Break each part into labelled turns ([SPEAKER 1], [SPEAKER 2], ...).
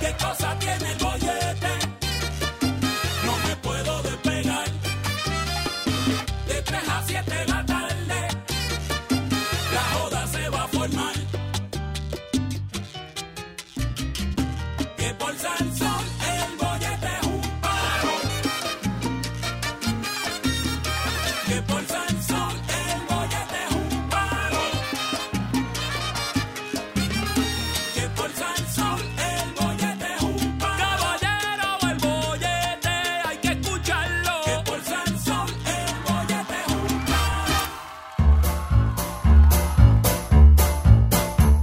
[SPEAKER 1] ¿Qué cosa tiene el bollete? No me puedo despegar. De 3 a 7 de la tarde, la joda se va a formar. Que por Sal Sol el bollete es un paro. Que por Sal Sol el bollete es un paro. Que por Sal Sol el bollete es un paro. Caballero, el bollete hay que escucharlo. Que por Sal Sol el bollete es un paro.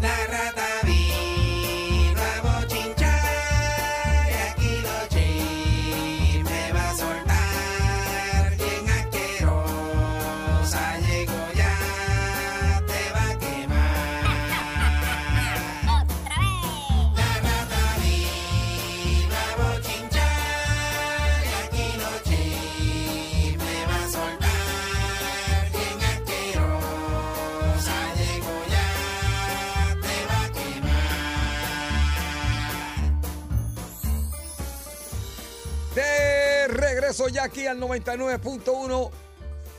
[SPEAKER 2] La rata vino a bochinchar y aquí los chismes va a soltar. Bien asquerosa llegó ya, te va a quemar. La rata vino a bochinchar y aquí los chismes va a soltar. Bien asquerosa llegó ya, te va a quemar.
[SPEAKER 3] De regreso ya aquí al 99.1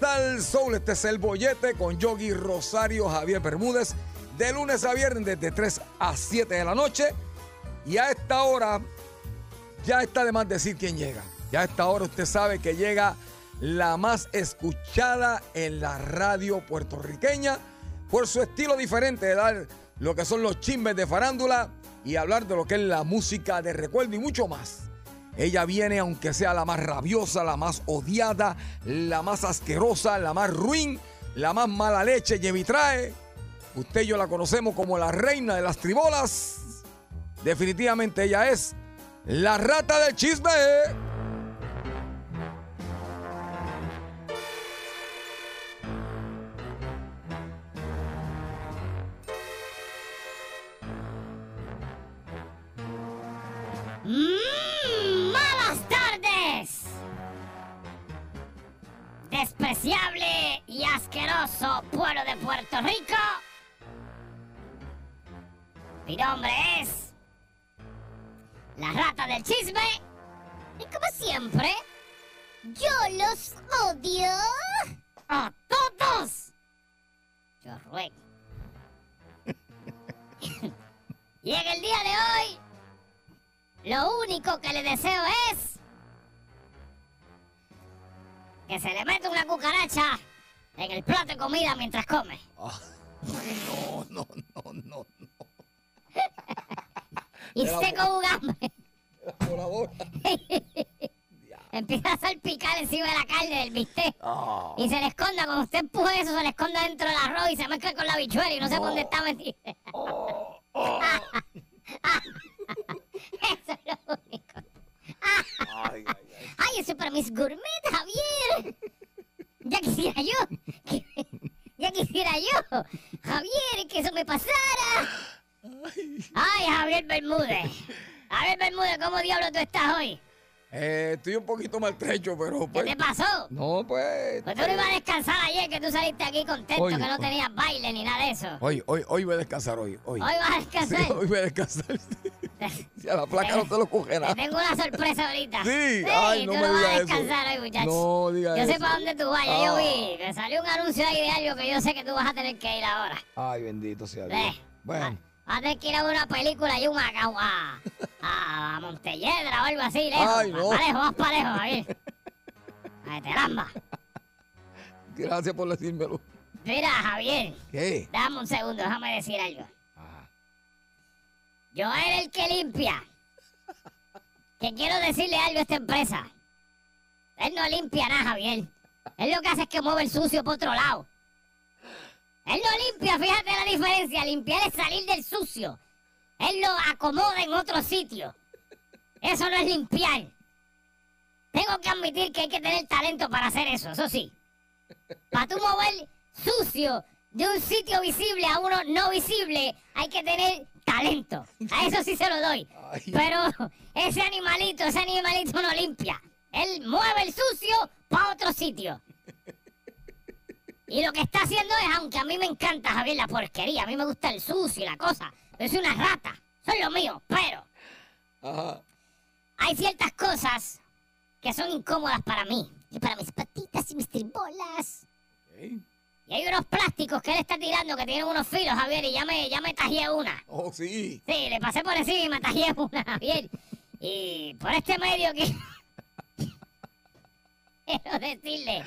[SPEAKER 3] Sal Soul. Este es el bollete con Yogi Rosario Javier Bermúdez. De lunes a viernes desde 3 a 7 de la noche. Y a esta hora ya está de más decir quién llega. Ya a esta hora usted sabe que llega la más escuchada en la radio puertorriqueña por su estilo diferente de dar lo que son los chimbes de farándula y hablar de lo que es la música de recuerdo y mucho más. Ella viene aunque sea la más rabiosa, la más odiada, la más asquerosa, la más ruin, la más mala leche, Llevi trae. Usted y yo la conocemos como la reina de las tribolas. Definitivamente ella es la rata del chisme.
[SPEAKER 4] Mm, ¡Malas tardes! Despreciable y asqueroso pueblo de Puerto Rico. Mi nombre es. La rata del chisme. Y como siempre, yo los odio. ¡A todos! Yo ruego. y en el día de hoy. Lo único que le deseo es que se le meta una cucaracha en el plato de comida mientras come.
[SPEAKER 3] Ah, No, no, no,
[SPEAKER 4] Y esté con un hambre.
[SPEAKER 3] no. Por favor.
[SPEAKER 4] Empieza a salpicar encima de la carne del bistec.
[SPEAKER 3] Ah.
[SPEAKER 4] Y se le esconda, cuando usted empuje eso, se le esconda dentro del arroz y se mezcla con la bichuela y no sé por dónde está metida. Oh, Eso es lo único. ¡Ay, eso para mis gourmet, Javier! Ya quisiera yo. que- ya quisiera yo. Javier, que eso me pasara. ¡Ay, Javier Bermúdez! Javier Bermúdez, ¿cómo diablo tú estás hoy?
[SPEAKER 3] Eh, estoy un poquito maltrecho, pero
[SPEAKER 4] ¿Qué
[SPEAKER 3] pues.
[SPEAKER 4] te pasó?
[SPEAKER 3] No, pues.
[SPEAKER 4] Pues tú no ibas a descansar ayer, que tú saliste aquí contento,
[SPEAKER 3] Oye,
[SPEAKER 4] que no
[SPEAKER 3] oye.
[SPEAKER 4] tenías baile ni nada de eso.
[SPEAKER 3] Hoy, hoy, hoy voy a descansar hoy.
[SPEAKER 4] Hoy
[SPEAKER 3] Hoy,
[SPEAKER 4] vas a
[SPEAKER 3] Sí,
[SPEAKER 4] descansar.
[SPEAKER 3] hoy voy a descansar. Si a la placa no te lo coge
[SPEAKER 4] Te
[SPEAKER 3] nada.
[SPEAKER 4] tengo una sorpresa ahorita.
[SPEAKER 3] Sí, ay, no
[SPEAKER 4] tú
[SPEAKER 3] me
[SPEAKER 4] no vas a
[SPEAKER 3] digas eso.
[SPEAKER 4] descansar hoy, muchacho.
[SPEAKER 3] No digas
[SPEAKER 4] Yo sé
[SPEAKER 3] eso.
[SPEAKER 4] para dónde tú vas, ya yo
[SPEAKER 3] Ah.
[SPEAKER 4] vi. Me salió un anuncio ahí de algo que yo sé que tú vas a tener que ir ahora.
[SPEAKER 3] Ay, bendito sea
[SPEAKER 4] Ve.
[SPEAKER 3] Dios. Bueno.
[SPEAKER 4] Vas a tener que ir a ver una película y un acá a, a, a Montelledra o algo así, lejos.
[SPEAKER 3] Ay, no.
[SPEAKER 4] Más parejo, más parejo, Javier. Ay, te lamba. ah.
[SPEAKER 3] Gracias por decírmelo.
[SPEAKER 4] Mira, Javier,
[SPEAKER 3] ¿Qué?
[SPEAKER 4] dame un segundo, déjame decir algo. Yo era el que limpia. Que quiero decirle algo a esta empresa. Él no limpia nada, Javier. Él lo que hace es que mueve el sucio por otro lado. Él no limpia, fíjate la diferencia. Limpiar es salir del sucio. Él lo acomoda en otro sitio. Eso no es limpiar. Tengo que admitir que hay que tener talento para hacer eso, eso sí. Para tú mover sucio de un sitio visible a uno no visible, hay que tener talento. A eso sí se lo doy.
[SPEAKER 3] Ay.
[SPEAKER 4] Pero ese animalito, ese animalito no limpia. Él mueve el sucio para otro sitio. Y lo que está haciendo es, aunque a mí me encanta, Javier, la porquería, a mí me gusta el sucio y la cosa, yo soy una rata, soy lo mío, pero
[SPEAKER 3] Ajá.
[SPEAKER 4] hay ciertas cosas que son incómodas para mí, y para mis patitas y mis tribolas.
[SPEAKER 3] Ok.
[SPEAKER 4] Y hay unos plásticos que él está tirando que tienen unos filos, Javier, y ya me, ya me tajé una.
[SPEAKER 3] Oh, sí.
[SPEAKER 4] Sí, le pasé por encima y me tajé una, Javier. Y por este medio que... Quiero decirle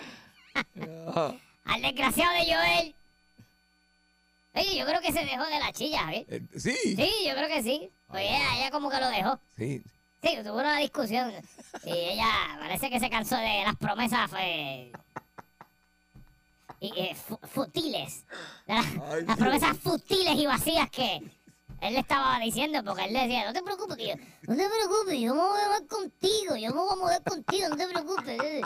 [SPEAKER 3] Ajá.
[SPEAKER 4] al desgraciado de Joel... Oye, yo creo que se dejó de la chilla, Javier.
[SPEAKER 3] Eh, sí.
[SPEAKER 4] Sí, yo creo que sí. Pues ella, ella como que lo dejó.
[SPEAKER 3] Sí.
[SPEAKER 4] Sí, tuvo una discusión. Y ella parece que se cansó de las promesas eh, y, eh, fu- futiles. De las,
[SPEAKER 3] Ay,
[SPEAKER 4] las
[SPEAKER 3] Dios.
[SPEAKER 4] promesas futiles y vacías que él le estaba diciendo, porque él le decía, no te preocupes, que yo, no te preocupes, yo me voy a mover contigo, yo me voy a mover contigo, no te preocupes. eh,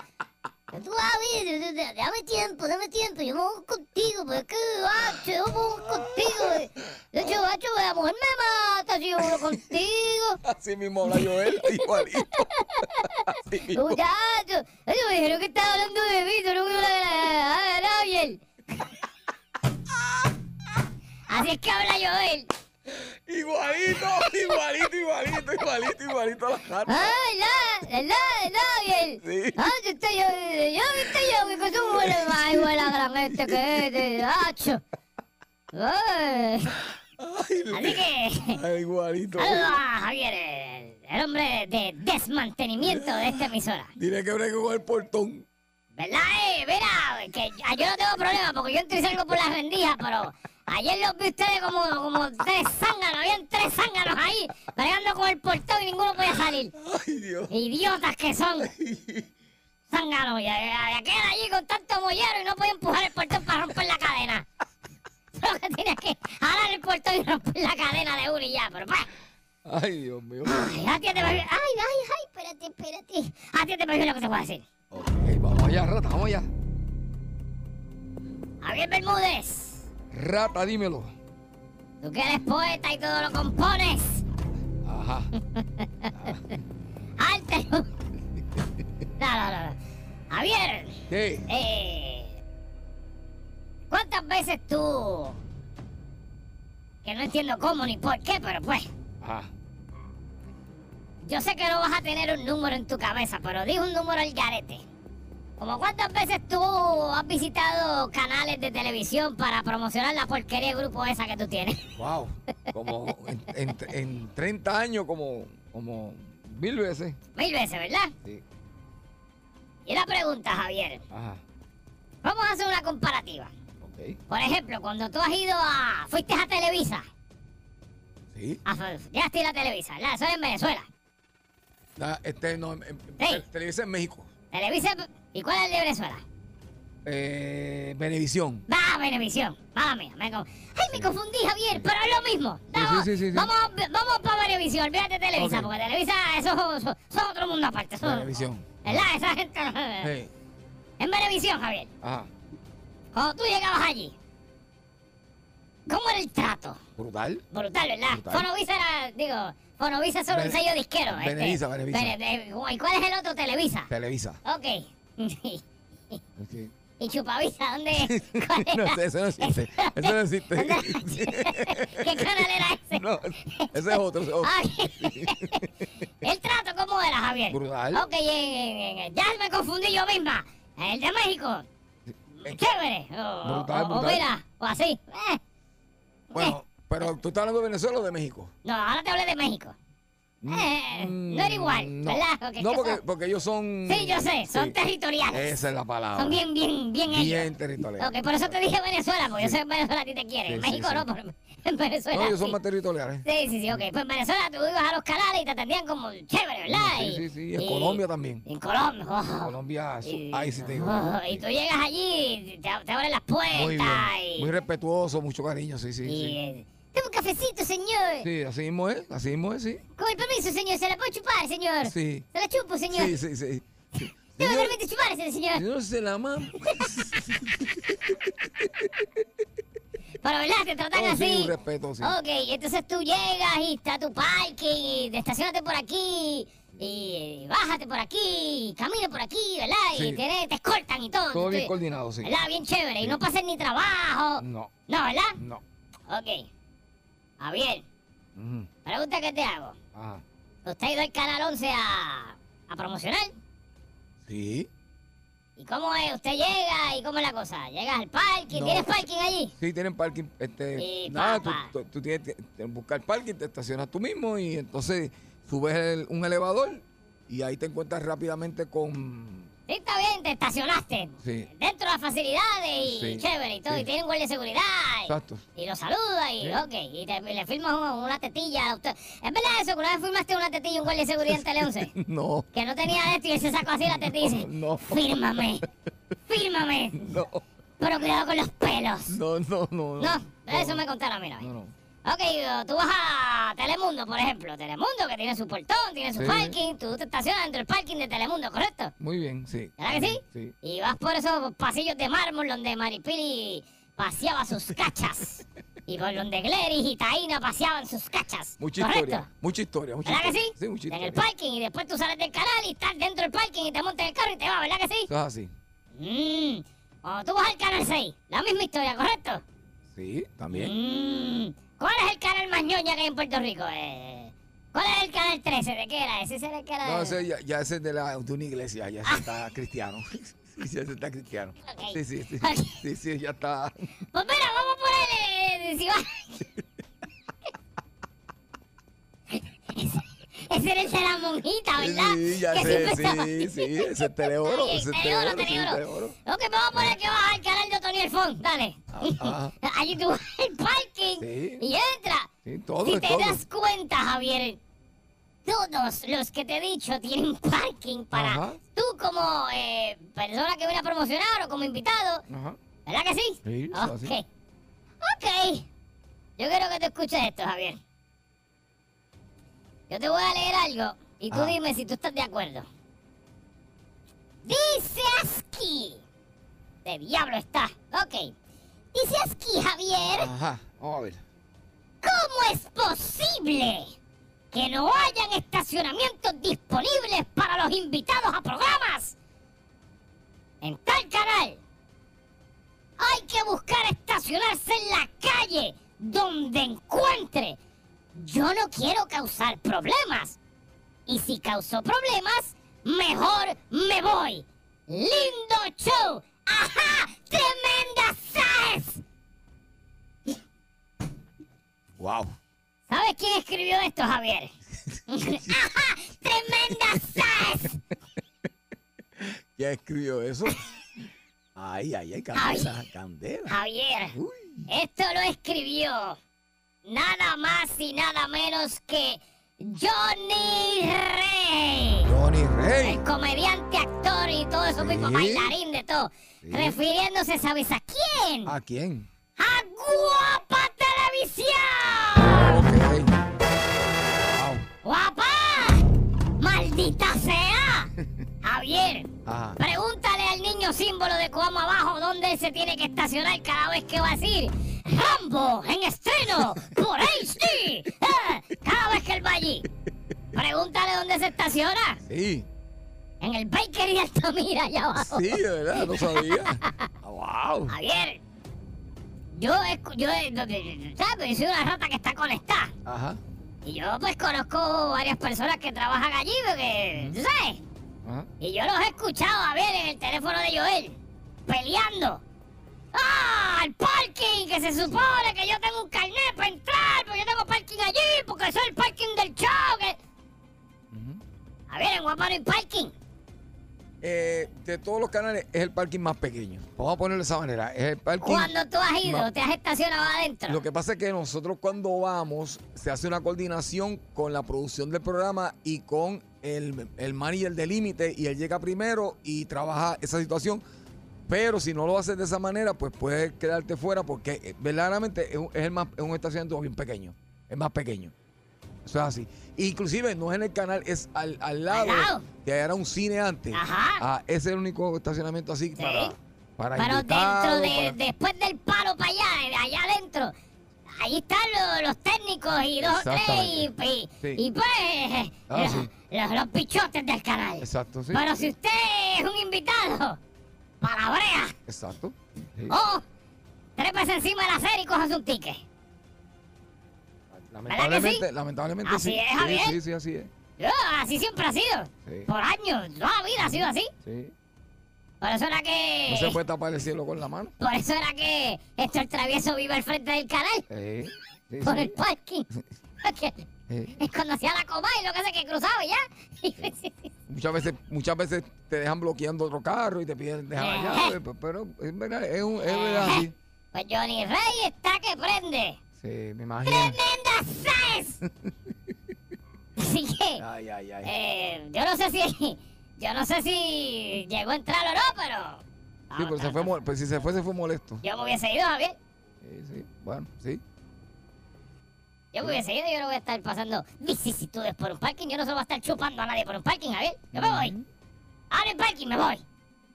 [SPEAKER 4] Tú vas a ver, eh, eh, dame tiempo, dame tiempo, yo me voy contigo, porque es que, macho, yo me voy contigo. eh. De hecho, macho, la mujer me mata si yo me voy contigo.
[SPEAKER 3] Así mismo habla Joel. Igualito. Así mismo.
[SPEAKER 4] Muchacho, ellos me dijeron que estaba hablando de mí, tú no me hablas de la- de Gabriel. Así es que habla Joel.
[SPEAKER 3] Igualito, igualito, igualito, igualito, igualito a la rata.
[SPEAKER 4] Ah, ¿verdad? ¿Verdad? ¿Verdad, Gabriel?
[SPEAKER 3] Sí.
[SPEAKER 4] Ah, yo estoy yo, yo, viste yo, que tú hueles más igual a gran gente que este, hacho. Ay, Así
[SPEAKER 3] Ay,
[SPEAKER 4] que,
[SPEAKER 3] ay, igualito.
[SPEAKER 4] saludos a Javier, el, el hombre de desmantenimiento de esta emisora.
[SPEAKER 3] Dile que bregue con el portón.
[SPEAKER 4] ¿Verdad? eh? Mira, que ya- yo no tengo problema porque yo entro y salgo por las rendijas, pero ayer los vi ustedes como, como tres zánganos, habían tres zánganos ahí, pegando con el portón y ninguno podía salir.
[SPEAKER 3] Ay, Dios.
[SPEAKER 4] Idiotas que son. Zánganos, ya, ya, ya quedan allí con tanto mollero y no podía empujar el portón para romper la cadena. Solo que tienes que jalar el portón y romper la cadena de uno y ya, pero pues.
[SPEAKER 3] Ay, Dios mío.
[SPEAKER 4] Ay, atiéndeme bien. Ay, ay, ay, espérate, espérate. Atiéndeme bien lo que te voy a decir.
[SPEAKER 3] Ok, vamos allá, rata, vamos allá.
[SPEAKER 4] Javier Bermúdez.
[SPEAKER 3] Rata, dímelo.
[SPEAKER 4] Tú que eres poeta y todo lo compones.
[SPEAKER 3] Ajá.
[SPEAKER 4] Arte. No, no, no. no. Javier,
[SPEAKER 3] ¿Qué?
[SPEAKER 4] eh, ¿cuántas veces tú... Que no entiendo cómo ni por qué, pero pues...
[SPEAKER 3] Ajá.
[SPEAKER 4] Yo sé que no vas a tener un número en tu cabeza, pero di un número al garete. Como cuántas veces tú has visitado canales de televisión para promocionar la porquería de grupo esa que tú tienes.
[SPEAKER 3] Wow. Como en, en- en 30 años, como, como mil veces.
[SPEAKER 4] Mil veces, ¿verdad?
[SPEAKER 3] Sí.
[SPEAKER 4] Y la pregunta, Javier.
[SPEAKER 3] Ajá.
[SPEAKER 4] Vamos a hacer una comparativa.
[SPEAKER 3] Ok.
[SPEAKER 4] Por ejemplo, cuando tú has ido a. Fuiste a Televisa.
[SPEAKER 3] Sí.
[SPEAKER 4] A, llegaste a ir a Televisa, ¿verdad? Eso es en Venezuela.
[SPEAKER 3] Da- este no, en, en-
[SPEAKER 4] Sí.
[SPEAKER 3] Televisa en México.
[SPEAKER 4] Televisa. ¿Y cuál es el de Venezuela?
[SPEAKER 3] Eh, Benevisión.
[SPEAKER 4] Va, Venevisión. Mala mía. Me con- Ay, me confundí, Javier, pero es lo mismo.
[SPEAKER 3] Sí,
[SPEAKER 4] Vamos,
[SPEAKER 3] sí, sí, sí, sí.
[SPEAKER 4] vamos, vamos para Venevisión. Olvídate de Televisa,
[SPEAKER 3] Ok.
[SPEAKER 4] porque Televisa eso, eso- eso es otro mundo aparte. Eso,
[SPEAKER 3] Venevisión.
[SPEAKER 4] ¿Verdad? Esa gente. no-
[SPEAKER 3] Sí.
[SPEAKER 4] En Venevisión, Javier.
[SPEAKER 3] Ajá.
[SPEAKER 4] Cuando tú llegabas allí, ¿cómo era el trato?
[SPEAKER 3] Brutal.
[SPEAKER 4] Brutal, ¿verdad?
[SPEAKER 3] Brutal.
[SPEAKER 4] Fonovisa era, digo, Fonovisa es solo un
[SPEAKER 3] Bene-
[SPEAKER 4] sello disquero.
[SPEAKER 3] Benevisa, Benevisa.
[SPEAKER 4] Bene- eh, ¿Y cuál es el otro? Televisa.
[SPEAKER 3] Televisa.
[SPEAKER 4] Ok.
[SPEAKER 3] Ok.
[SPEAKER 4] ¿Y Chupavisa? ¿Dónde? ¿Cuál
[SPEAKER 3] No,
[SPEAKER 4] era?
[SPEAKER 3] ese- eso no existe. Eso no
[SPEAKER 4] ¿Dónde-
[SPEAKER 3] existe.
[SPEAKER 4] ¿Qué canal era ese?
[SPEAKER 3] No, ese es otro. Ese es otro.
[SPEAKER 4] Ah, ¿El trato cómo era, Javier?
[SPEAKER 3] Brutal.
[SPEAKER 4] Ok, eh, en- en- en- ya me confundí yo misma. El de México. Chévere. O,
[SPEAKER 3] Brutal,
[SPEAKER 4] o- o
[SPEAKER 3] brutal.
[SPEAKER 4] mira, o así. Eh,
[SPEAKER 3] Bueno, pero tú estás hablando de Venezuela o de México.
[SPEAKER 4] No, ahora te hablé de México. Eh, no era igual,
[SPEAKER 3] Mm, no.
[SPEAKER 4] ¿verdad? Porque es
[SPEAKER 3] no,
[SPEAKER 4] que
[SPEAKER 3] porque,
[SPEAKER 4] son-
[SPEAKER 3] porque ellos son.
[SPEAKER 4] Sí, yo sé, son
[SPEAKER 3] Sí.
[SPEAKER 4] territoriales.
[SPEAKER 3] Esa es la palabra.
[SPEAKER 4] Son bien, bien, bien
[SPEAKER 3] Bien
[SPEAKER 4] ellos.
[SPEAKER 3] territoriales.
[SPEAKER 4] Ok, pues, por eso te dije Venezuela, porque yo
[SPEAKER 3] Sí.
[SPEAKER 4] sé que en Venezuela a ti te quieren.
[SPEAKER 3] Sí,
[SPEAKER 4] en
[SPEAKER 3] sí,
[SPEAKER 4] México
[SPEAKER 3] sí.
[SPEAKER 4] no, pero en Venezuela
[SPEAKER 3] No, ellos son
[SPEAKER 4] sí.
[SPEAKER 3] más territoriales.
[SPEAKER 4] pues, Sí, sí, sí, ok. Pues en Venezuela tú ibas a los canales y te atendían como chévere, ¿verdad?
[SPEAKER 3] Mm, Sí,
[SPEAKER 4] Y-
[SPEAKER 3] sí, sí. En
[SPEAKER 4] y-
[SPEAKER 3] Colombia también.
[SPEAKER 4] En Colombia, wow.
[SPEAKER 3] Colombia, su-
[SPEAKER 4] Y-
[SPEAKER 3] ahí sí te digo.
[SPEAKER 4] oh, y tú llegas allí, te, te abren las puertas
[SPEAKER 3] Muy bien.
[SPEAKER 4] y.
[SPEAKER 3] Muy respetuoso, mucho cariño, sí, sí.
[SPEAKER 4] y,
[SPEAKER 3] Sí,
[SPEAKER 4] eh, Toma un cafecito, señor.
[SPEAKER 3] Sí, así mismo es, así mismo es, sí.
[SPEAKER 4] Con el permiso, señor. Se la puedo chupar, señor.
[SPEAKER 3] Sí,
[SPEAKER 4] Se la chupo, señor.
[SPEAKER 3] sí, sí. sí.
[SPEAKER 4] No me
[SPEAKER 3] Señor,
[SPEAKER 4] permite chuparse, señor.
[SPEAKER 3] señor, se la mamo.
[SPEAKER 4] Pero, ¿verdad? Te tratan
[SPEAKER 3] Oh,
[SPEAKER 4] así.
[SPEAKER 3] sí, un respeto, sí.
[SPEAKER 4] Ok, entonces tú llegas y está tu parking y te estacionaste por aquí. y bájate por aquí, camina por aquí, ¿verdad?
[SPEAKER 3] Sí.
[SPEAKER 4] Y te, te escoltan y todo.
[SPEAKER 3] Todo bien
[SPEAKER 4] entonces,
[SPEAKER 3] coordinado, sí. Mm.
[SPEAKER 4] ¿Verdad? Bien chévere. Y no pasen ni trabajo.
[SPEAKER 3] No,
[SPEAKER 4] No, ¿verdad?
[SPEAKER 3] no.
[SPEAKER 4] Ok. Javier,
[SPEAKER 3] Ujú,
[SPEAKER 4] pregunta que te hago.
[SPEAKER 3] Ajá.
[SPEAKER 4] ¿Usted ha ido al Canal 11 a, a promocionar?
[SPEAKER 3] Sí.
[SPEAKER 4] ¿Y cómo es? ¿Usted llega y cómo es la cosa? ¿Llegas al parking?
[SPEAKER 3] No.
[SPEAKER 4] ¿Tienes parking allí?
[SPEAKER 3] Sí, tienen parking. Este,
[SPEAKER 4] Sí,
[SPEAKER 3] nada, tú,
[SPEAKER 4] papá.
[SPEAKER 3] tú- tú tienes que que buscar parking, te estacionas tú mismo y entonces subes el- un elevador y ahí te encuentras rápidamente con.
[SPEAKER 4] Sí, está bien, te estacionaste.
[SPEAKER 3] Sí.
[SPEAKER 4] Dentro de las facilidades y
[SPEAKER 3] Sí,
[SPEAKER 4] chévere y todo.
[SPEAKER 3] sí.
[SPEAKER 4] Y tienen guardia de seguridad. y-
[SPEAKER 3] Exacto.
[SPEAKER 4] Y lo saluda y,
[SPEAKER 3] Sí.
[SPEAKER 4] ok, y, te- y le firmas un- una tetilla. a usted. ¿Es verdad eso? Que una vez firmaste una tetilla y un guardia de seguridad en Tele 11?
[SPEAKER 3] No,
[SPEAKER 4] Que no tenía esto y él se sacó así la tetilla y dice,
[SPEAKER 3] No.
[SPEAKER 4] fírmame, fírmame,
[SPEAKER 3] no,
[SPEAKER 4] pero cuidado con los pelos.
[SPEAKER 3] no, no, no.
[SPEAKER 4] No, eso me contaron, mira.
[SPEAKER 3] No, no.
[SPEAKER 4] Ok, o tú vas a Telemundo, por ejemplo. Telemundo, que tiene su portón, tiene su
[SPEAKER 3] Sí.
[SPEAKER 4] parking. Tú te estacionas dentro del parking de Telemundo, ¿correcto?
[SPEAKER 3] Muy bien, sí.
[SPEAKER 4] ¿Verdad que sí?
[SPEAKER 3] Sí.
[SPEAKER 4] Y vas por esos pasillos de mármol donde Maripili paseaba sus cachas. y por donde Gleris y Taina paseaban sus cachas.
[SPEAKER 3] Mucha
[SPEAKER 4] ¿Correcto?
[SPEAKER 3] historia, mucha historia, mucha
[SPEAKER 4] ¿Verdad que
[SPEAKER 3] historia.
[SPEAKER 4] sí?
[SPEAKER 3] Sí, mucha
[SPEAKER 4] en
[SPEAKER 3] historia.
[SPEAKER 4] el parking y después tú sales del canal y estás dentro del parking y te montas en el carro y te vas, ¿verdad que sí?
[SPEAKER 3] Eso es así.
[SPEAKER 4] Mmm. Cuando tú vas al canal 6, la misma historia, ¿correcto?
[SPEAKER 3] Sí, también.
[SPEAKER 4] Mm, ¿Cuál es el canal más ñoña que hay en Puerto Rico? Eh, ¿Cuál es el canal 13? ¿De qué era? ¿Ese era el canal?
[SPEAKER 3] No, ese ya, ya ese es de, la, de una iglesia, ya se está cristiano. ya se está cristiano.
[SPEAKER 4] Ok.
[SPEAKER 3] Sí, sí, sí.
[SPEAKER 4] Ok.
[SPEAKER 3] Sí, sí, ya está.
[SPEAKER 4] Pues mira, vamos por el... eh, si va- Ese era el de la monjita, ¿verdad?
[SPEAKER 3] Sí, ya
[SPEAKER 4] Que
[SPEAKER 3] sé,
[SPEAKER 4] siempre estaba-
[SPEAKER 3] sí, sí, ese es teleoro,
[SPEAKER 4] Oye,
[SPEAKER 3] ese es
[SPEAKER 4] Teleoro,
[SPEAKER 3] teleoro, sí,
[SPEAKER 4] Teleoro.
[SPEAKER 3] teleoro.
[SPEAKER 4] Ok, pues vamos a poner que vas al canal de Otoniel Font, dale.
[SPEAKER 3] Ah,
[SPEAKER 4] Allí tú vas al parking
[SPEAKER 3] Sí.
[SPEAKER 4] y entra.
[SPEAKER 3] Sí, todo,
[SPEAKER 4] si
[SPEAKER 3] es
[SPEAKER 4] te
[SPEAKER 3] todo.
[SPEAKER 4] das cuenta, Javier, todos los que te he dicho tienen parking para
[SPEAKER 3] Ajá.
[SPEAKER 4] tú como eh, persona que viene a promocionar o como invitado.
[SPEAKER 3] Ajá.
[SPEAKER 4] ¿Verdad que sí?
[SPEAKER 3] Sí, eso
[SPEAKER 4] Ok.
[SPEAKER 3] así.
[SPEAKER 4] Ok. Yo quiero que tú escuches esto, Javier. Yo te voy a leer algo y tú
[SPEAKER 3] Ah.
[SPEAKER 4] dime si tú estás de acuerdo. Dice Aski. De diablo está. Ok. Dice Aski, Javier.
[SPEAKER 3] Ajá. Vamos a ver.
[SPEAKER 4] ¿Cómo es posible que no hayan estacionamientos disponibles para los invitados a programas? En tal canal hay que buscar estacionarse en la calle donde encuentre. Yo no quiero causar problemas. Y si causó problemas, mejor me voy. Lindo show. Ajá, tremenda size.
[SPEAKER 3] Wow.
[SPEAKER 4] ¿Sabes quién escribió esto, Javier? ¡Ajá! ¡Tremenda SAS!
[SPEAKER 3] ¿Quién escribió eso? Ay, ay, ay, candela, candela.
[SPEAKER 4] Javier,
[SPEAKER 3] Uy.
[SPEAKER 4] esto lo escribió nada más y nada menos que Johnny Rey.
[SPEAKER 3] Johnny Rey.
[SPEAKER 4] El comediante, actor y todo eso
[SPEAKER 3] Sí.
[SPEAKER 4] mismo, bailarín de todo.
[SPEAKER 3] Sí. Ah.
[SPEAKER 4] Refiriéndose, ¿sabes a quién?
[SPEAKER 3] ¿A quién?
[SPEAKER 4] ¡A Guapa Televisión!
[SPEAKER 3] Ok. Wow.
[SPEAKER 4] ¡Guapa! ¡Maldita sea! Javier,
[SPEAKER 3] Ajá.
[SPEAKER 4] Pregúntale al niño símbolo de Coamo abajo dónde él se tiene que estacionar cada vez que va a decir Rambo en estreno por HD. Eh, Cada vez que él va allí. Pregúntale dónde se estaciona.
[SPEAKER 3] Sí,
[SPEAKER 4] En el bakery de Altamira allá abajo.
[SPEAKER 3] sí, de verdad, no sabía. Wow.
[SPEAKER 4] Javier, yo, escu- yo, eh, ¿sabes? Yo soy una rata que está conectada.
[SPEAKER 3] Ajá.
[SPEAKER 4] Y yo pues conozco varias personas que trabajan allí porque, ¿tú sabes?
[SPEAKER 3] Ajá.
[SPEAKER 4] Y yo los he escuchado a ver en el teléfono de Joel, peleando. ¡Ah! ¡Al parking! Que se supone que yo tengo un carnet para entrar, porque yo tengo parking allí, porque soy el parking del show. que-
[SPEAKER 3] Ujú.
[SPEAKER 4] A ver, en Guapa no hay parking.
[SPEAKER 3] Eh, de todos los canales es el parking más pequeño. Vamos a ponerlo de esa manera. Es el parking.
[SPEAKER 4] Cuando tú has ido,
[SPEAKER 3] No.
[SPEAKER 4] te has estacionado adentro.
[SPEAKER 3] Lo que pasa es que nosotros cuando vamos se hace una coordinación con la producción del programa y con el, el manager de límite y él llega primero y trabaja esa situación. Pero si no lo haces de esa manera, pues puedes quedarte fuera porque eh, verdaderamente es un, es el más, es un estacionamiento bien pequeño. Es más pequeño. Eso es así. Inclusive no es en el canal, es al, al lado,
[SPEAKER 4] lado.
[SPEAKER 3] que era un cine antes.
[SPEAKER 4] Ajá.
[SPEAKER 3] Ah, ese es el único estacionamiento así para, para
[SPEAKER 4] Pero
[SPEAKER 3] invitados,
[SPEAKER 4] dentro de,
[SPEAKER 3] para-
[SPEAKER 4] después del palo para allá, de allá eh, adentro, ahí están lo- los técnicos y dos o tres y,
[SPEAKER 3] Exactamente.
[SPEAKER 4] y-
[SPEAKER 3] Sí.
[SPEAKER 4] y, pues eh,
[SPEAKER 3] Ah,
[SPEAKER 4] los,
[SPEAKER 3] sí.
[SPEAKER 4] los- los pichotes del canal.
[SPEAKER 3] Exacto, sí.
[SPEAKER 4] Pero si usted es un invitado, palabrea
[SPEAKER 3] Exacto. Sí.
[SPEAKER 4] o trépese encima de la serie y cojas un ticket.
[SPEAKER 3] Lamentablemente,
[SPEAKER 4] que sí?
[SPEAKER 3] lamentablemente
[SPEAKER 4] Así
[SPEAKER 3] sí.
[SPEAKER 4] es,
[SPEAKER 3] Sí,
[SPEAKER 4] Javier.
[SPEAKER 3] sí, sí, así es.
[SPEAKER 4] Yo, así siempre ha sido.
[SPEAKER 3] Sí.
[SPEAKER 4] Por años, toda la vida ha sido así.
[SPEAKER 3] Sí.
[SPEAKER 4] Por eso era
[SPEAKER 3] No se
[SPEAKER 4] que.
[SPEAKER 3] puede tapar el cielo con la mano.
[SPEAKER 4] Por eso era que esto el travieso vive al frente del canal,
[SPEAKER 3] Eh, sí,
[SPEAKER 4] por
[SPEAKER 3] sí,
[SPEAKER 4] el parking. Porque
[SPEAKER 3] eh.
[SPEAKER 4] es cuando hacía la coma y lo que hace que cruzaba y ya.
[SPEAKER 3] Muchas veces, muchas veces te dejan bloqueando otro carro y te piden dejar la
[SPEAKER 4] Ajá.
[SPEAKER 3] llave, pe- pero es verdad, es, un, es verdad, sí.
[SPEAKER 4] Pues Johnny Rey está que prende.
[SPEAKER 3] Sí, me imagino.
[SPEAKER 4] ¡Tremenda Sáez! Así que,
[SPEAKER 3] Ay, ay, ay.
[SPEAKER 4] eh, yo no sé si. Yo no sé si llegó a entrar o no, pero.
[SPEAKER 3] Sí, pero se fue, mo- pues si se fue, se fue molesto.
[SPEAKER 4] Yo me hubiese ido, Javier.
[SPEAKER 3] Sí, sí, bueno, sí.
[SPEAKER 4] Yo me hubiese ido, yo no voy a estar pasando vicisitudes por un parking. Yo no se lo voy a estar chupando a nadie por un parking, Javier. Yo me voy. Ahora el parking me voy.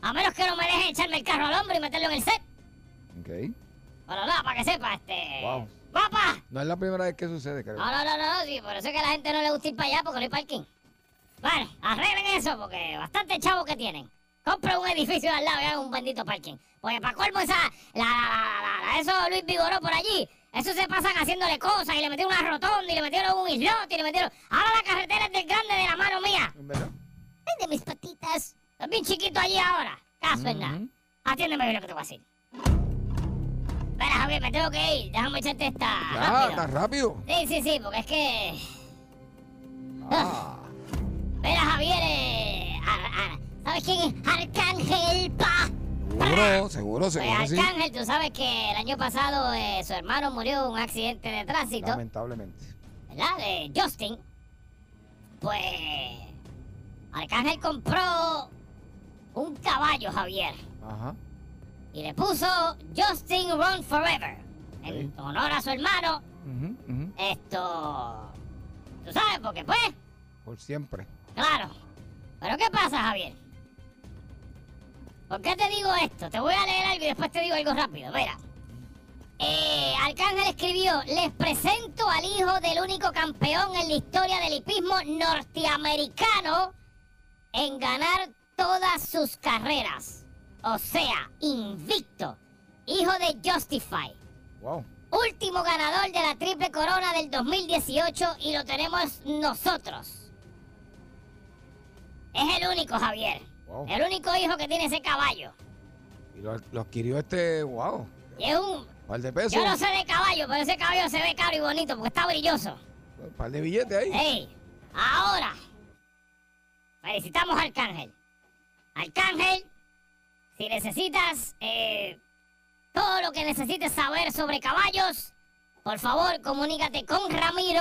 [SPEAKER 4] A menos que no me dejen echarme el carro al hombro y meterlo en el set. Eh.
[SPEAKER 3] Ok.
[SPEAKER 4] Pero nada, para que sepa, este.
[SPEAKER 3] Wow.
[SPEAKER 4] ¡Papá!
[SPEAKER 3] No es la primera vez que sucede, creo.
[SPEAKER 4] No, no, no, no, sí, por eso es que a la gente no le gusta ir para allá porque no hay parking. Vale, arreglen eso porque bastante chavo que tienen. Compren un edificio de al lado y hagan un bendito parking. Porque para colmo esa, la, la, la, la- la- eso Luis Vigoró por allí, eso se pasan haciéndole cosas y le metieron una rotonda y le metieron un islote y le metieron... Ahora la carretera es del grande de la mano mía.
[SPEAKER 3] ¿En verdad?
[SPEAKER 4] Ay, de mis patitas. Es bien chiquito allí ahora. Caso en nada. Atiéndeme bien lo que te voy a decir. Espera, Javier, me tengo que ir. Déjame echarte esta.
[SPEAKER 3] Ah,
[SPEAKER 4] rápido.
[SPEAKER 3] tan rápido.
[SPEAKER 4] Sí, sí, sí, porque es que.
[SPEAKER 3] Ah,
[SPEAKER 4] Mira, Javier. eh, a- a- ¿Sabes quién es? Arcángel Pa.
[SPEAKER 3] seguro, seguro,
[SPEAKER 4] Pues,
[SPEAKER 3] seguro, sí.
[SPEAKER 4] Arcángel, tú sabes que el año pasado eh, su hermano murió en un accidente de tránsito,
[SPEAKER 3] Lamentablemente.
[SPEAKER 4] ¿verdad? De Justin. Pues. Arcángel compró un caballo, Javier.
[SPEAKER 3] Ajá.
[SPEAKER 4] Y le puso Justin Run Forever. En honor a su hermano.
[SPEAKER 3] Ujú, ujú.
[SPEAKER 4] Esto. ¿Tú sabes? Porque pues.
[SPEAKER 3] Por siempre.
[SPEAKER 4] Claro. Pero ¿qué pasa, Javier? ¿Por qué te digo esto? Te voy a leer algo y después te digo algo rápido. Mira. Eh, Arcángel escribió, les presento al hijo del único campeón en la historia del hipismo norteamericano en ganar todas sus carreras. O sea, invicto. Hijo de Justify.
[SPEAKER 3] Wow.
[SPEAKER 4] Último ganador de la triple corona del 2018 y lo tenemos nosotros. Es el único, Javier.
[SPEAKER 3] Wow.
[SPEAKER 4] El único hijo que tiene ese caballo.
[SPEAKER 3] Y lo, lo adquirió este, wow.
[SPEAKER 4] Y es un.
[SPEAKER 3] Par de pesos.
[SPEAKER 4] Yo no sé de caballo, pero ese caballo se ve caro y bonito porque está brilloso.
[SPEAKER 3] Par de billetes ahí.
[SPEAKER 4] ¡Ey! Ahora. Felicitamos a Arcángel. Arcángel, si necesitas eh, todo lo que necesites saber sobre caballos, por favor comunícate con Ramiro,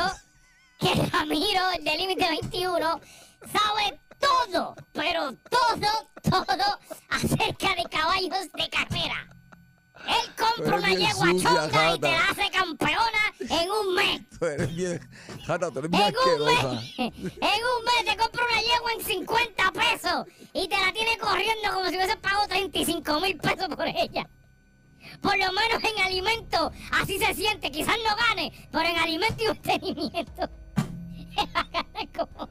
[SPEAKER 4] que Ramiro, el de Límite 21, sabe todo, pero todo, todo acerca de caballos de carrera. Él compra
[SPEAKER 3] Pero
[SPEAKER 4] una
[SPEAKER 3] bien
[SPEAKER 4] yegua
[SPEAKER 3] sucia,
[SPEAKER 4] chonga y te la
[SPEAKER 3] rata.
[SPEAKER 4] hace campeona en un mes.
[SPEAKER 3] Tú eres bien, Jata, tú eres bien
[SPEAKER 4] En un,
[SPEAKER 3] asquerosa.
[SPEAKER 4] mes, en un mes te compra una yegua en 50 pesos y te la tiene corriendo como si hubiese pagado 35 mil pesos por ella. Por lo menos en alimento, así se siente. Quizás no gane, pero en alimento y mantenimiento. Como-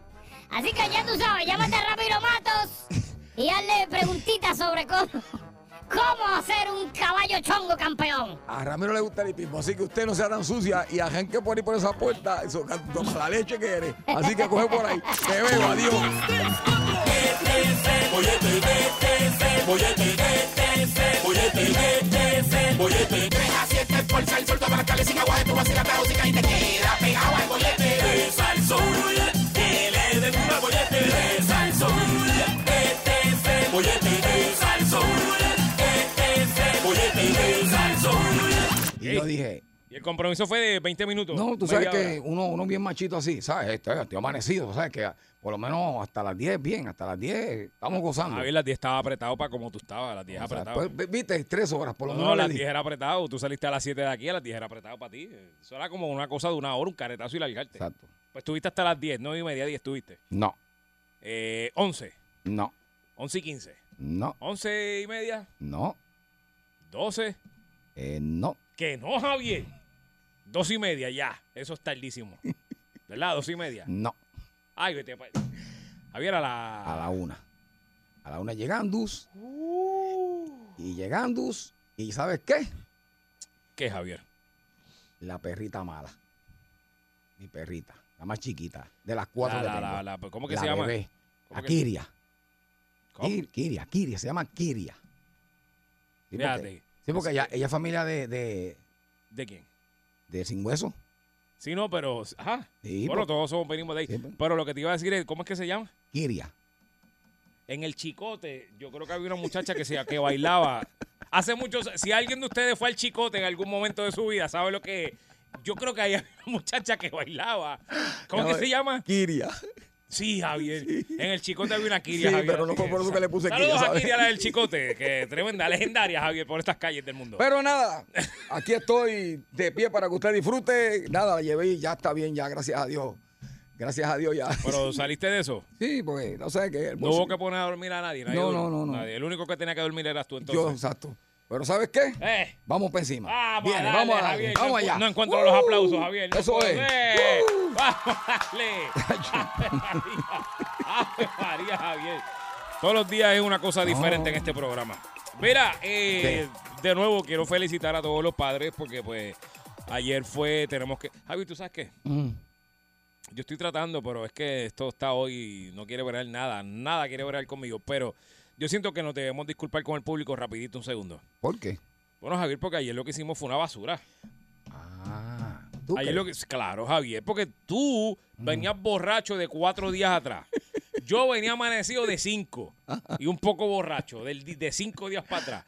[SPEAKER 4] así que ya tú sabes, llámate a Ramiro Matos y hazle preguntitas sobre cómo, cómo hacer un caballo chongo campeón.
[SPEAKER 3] A Ramiro le gusta el hipismo, así que usted no sea tan sucia y arranque por ahí por esa puerta, eso, toma la leche que eres. Así que coge por ahí. Te veo, adiós. Y yo dije,
[SPEAKER 5] Y el compromiso fue de 20 minutos.
[SPEAKER 3] no, tú sabes
[SPEAKER 5] media
[SPEAKER 3] que
[SPEAKER 5] hora.
[SPEAKER 3] uno, uno bien machito así, ¿sabes? Estoy, estoy amanecido, ¿sabes? Que por lo menos hasta las 10, bien, hasta las 10 estamos gozando.
[SPEAKER 5] Javier, las 10 estaba apretado para como tú estabas, las 10
[SPEAKER 3] O sea,
[SPEAKER 5] apretado.
[SPEAKER 3] pues, viste, tres horas por lo
[SPEAKER 5] No,
[SPEAKER 3] menos.
[SPEAKER 5] no,
[SPEAKER 3] le
[SPEAKER 5] las
[SPEAKER 3] di.
[SPEAKER 5] 10 era apretado. Tú saliste a las 7 de aquí, a las 10 era apretado para ti. Eso era como una cosa de una hora, un caretazo y largarte.
[SPEAKER 3] Exacto.
[SPEAKER 5] Pues estuviste hasta las 10, 9 y media, 10 estuviste.
[SPEAKER 3] No,
[SPEAKER 5] Eh, 11,
[SPEAKER 3] no,
[SPEAKER 5] 11 y 15.
[SPEAKER 3] no,
[SPEAKER 5] 11 y media,
[SPEAKER 3] no,
[SPEAKER 5] 12.
[SPEAKER 3] eh, no,
[SPEAKER 5] Que no, Javier. Dos y media ya. Eso es tardísimo. ¿Verdad? Dos y media.
[SPEAKER 3] No,
[SPEAKER 5] Ay, que te pa- Javier, a la.
[SPEAKER 3] a la una. A la una llegandus.
[SPEAKER 5] Uh.
[SPEAKER 3] Y llegandus. ¿Y sabes qué?
[SPEAKER 5] ¿Qué, Javier?
[SPEAKER 3] La perrita mala. Mi perrita. La más chiquita. De las cuatro
[SPEAKER 5] La-
[SPEAKER 3] que
[SPEAKER 5] la-
[SPEAKER 3] tengo.
[SPEAKER 5] la- la- ¿Cómo que
[SPEAKER 3] La
[SPEAKER 5] se llama?
[SPEAKER 3] bebé,
[SPEAKER 5] ¿Cómo
[SPEAKER 3] La
[SPEAKER 5] que-
[SPEAKER 3] Kiria.
[SPEAKER 5] ¿Cómo?
[SPEAKER 3] Kir- Kiria, Kiria. Se llama Kiria. Sí, porque,
[SPEAKER 5] Fíjate.
[SPEAKER 3] sí, porque ella, ella es familia de, de,
[SPEAKER 5] ¿De quién?
[SPEAKER 3] de Sin Hueso.
[SPEAKER 5] Sí, no, pero. Ajá.
[SPEAKER 3] Sí,
[SPEAKER 5] bueno,
[SPEAKER 3] porque-
[SPEAKER 5] todos somos venimos de ahí.
[SPEAKER 3] Sí, pues.
[SPEAKER 5] Pero lo que te iba a decir es, ¿cómo es que se llama?
[SPEAKER 3] Kiria.
[SPEAKER 5] En el Chicote, yo creo que había una muchacha que, se, que bailaba. Hace muchos. Si alguien de ustedes fue al Chicote en algún momento de su vida, ¿sabe lo que es? Yo creo que había una muchacha que bailaba. ¿Cómo que se llama?
[SPEAKER 6] Kiria.
[SPEAKER 5] Sí, Javier. En el Chicote había una Kiria,
[SPEAKER 6] Sí,
[SPEAKER 5] Javier.
[SPEAKER 6] pero no fue por eso que le puse
[SPEAKER 5] Saludos
[SPEAKER 6] Kiria,
[SPEAKER 5] a
[SPEAKER 6] ¿sabes?
[SPEAKER 5] Kiria, la del Chicote, que tremenda, legendaria, Javier, por estas calles del mundo.
[SPEAKER 6] Pero nada, aquí estoy de pie para que usted disfrute. Nada, la llevé y ya está bien, ya, gracias a Dios. Gracias a Dios ya.
[SPEAKER 5] Pero saliste de eso.
[SPEAKER 6] Sí, porque no sé qué. el
[SPEAKER 5] No hubo que poner a dormir a nadie. nadie
[SPEAKER 6] Pues No, no,
[SPEAKER 5] durmió,
[SPEAKER 6] no, no.
[SPEAKER 5] Nadie. El único que tenía que dormir eras tú
[SPEAKER 6] Yo,
[SPEAKER 5] pues, entonces.
[SPEAKER 6] exacto. Pero ¿sabes qué?
[SPEAKER 5] ¡Eh!
[SPEAKER 6] Vamos para encima.
[SPEAKER 5] Vamos,
[SPEAKER 6] Viene,
[SPEAKER 5] a darle,
[SPEAKER 6] vamos, a darle.
[SPEAKER 5] Ah, Javier.
[SPEAKER 6] vamos
[SPEAKER 5] no,
[SPEAKER 6] allá.
[SPEAKER 5] encu- No encuentro los
[SPEAKER 6] ¡Uh!
[SPEAKER 5] aplausos, Javier. No
[SPEAKER 6] Eso
[SPEAKER 5] puedo.
[SPEAKER 6] es. Uh.
[SPEAKER 5] ¡Eh! Vamos, dale. Ave María. Ave María, Javier. Todos los días es una cosa diferente en este programa. Mira, eh, de nuevo quiero felicitar a todos los padres porque pues ayer fue, tenemos que... Javi, ¿tú sabes qué?
[SPEAKER 6] Mm.
[SPEAKER 5] Yo estoy tratando, pero es que esto está hoy, no quiere ver nada, nada quiere ver conmigo, pero yo siento que nos debemos disculpar con el público rapidito un segundo.
[SPEAKER 3] ¿Por qué?
[SPEAKER 5] Bueno, Javier, porque ayer lo que hicimos fue una basura.
[SPEAKER 3] Ah. ¿tú
[SPEAKER 5] Ayer
[SPEAKER 3] crees?
[SPEAKER 5] lo que, claro, Javier, porque tú venías borracho de cuatro días atrás. Yo venía amanecido de cinco y un poco borracho, del, di- de cinco días para atrás.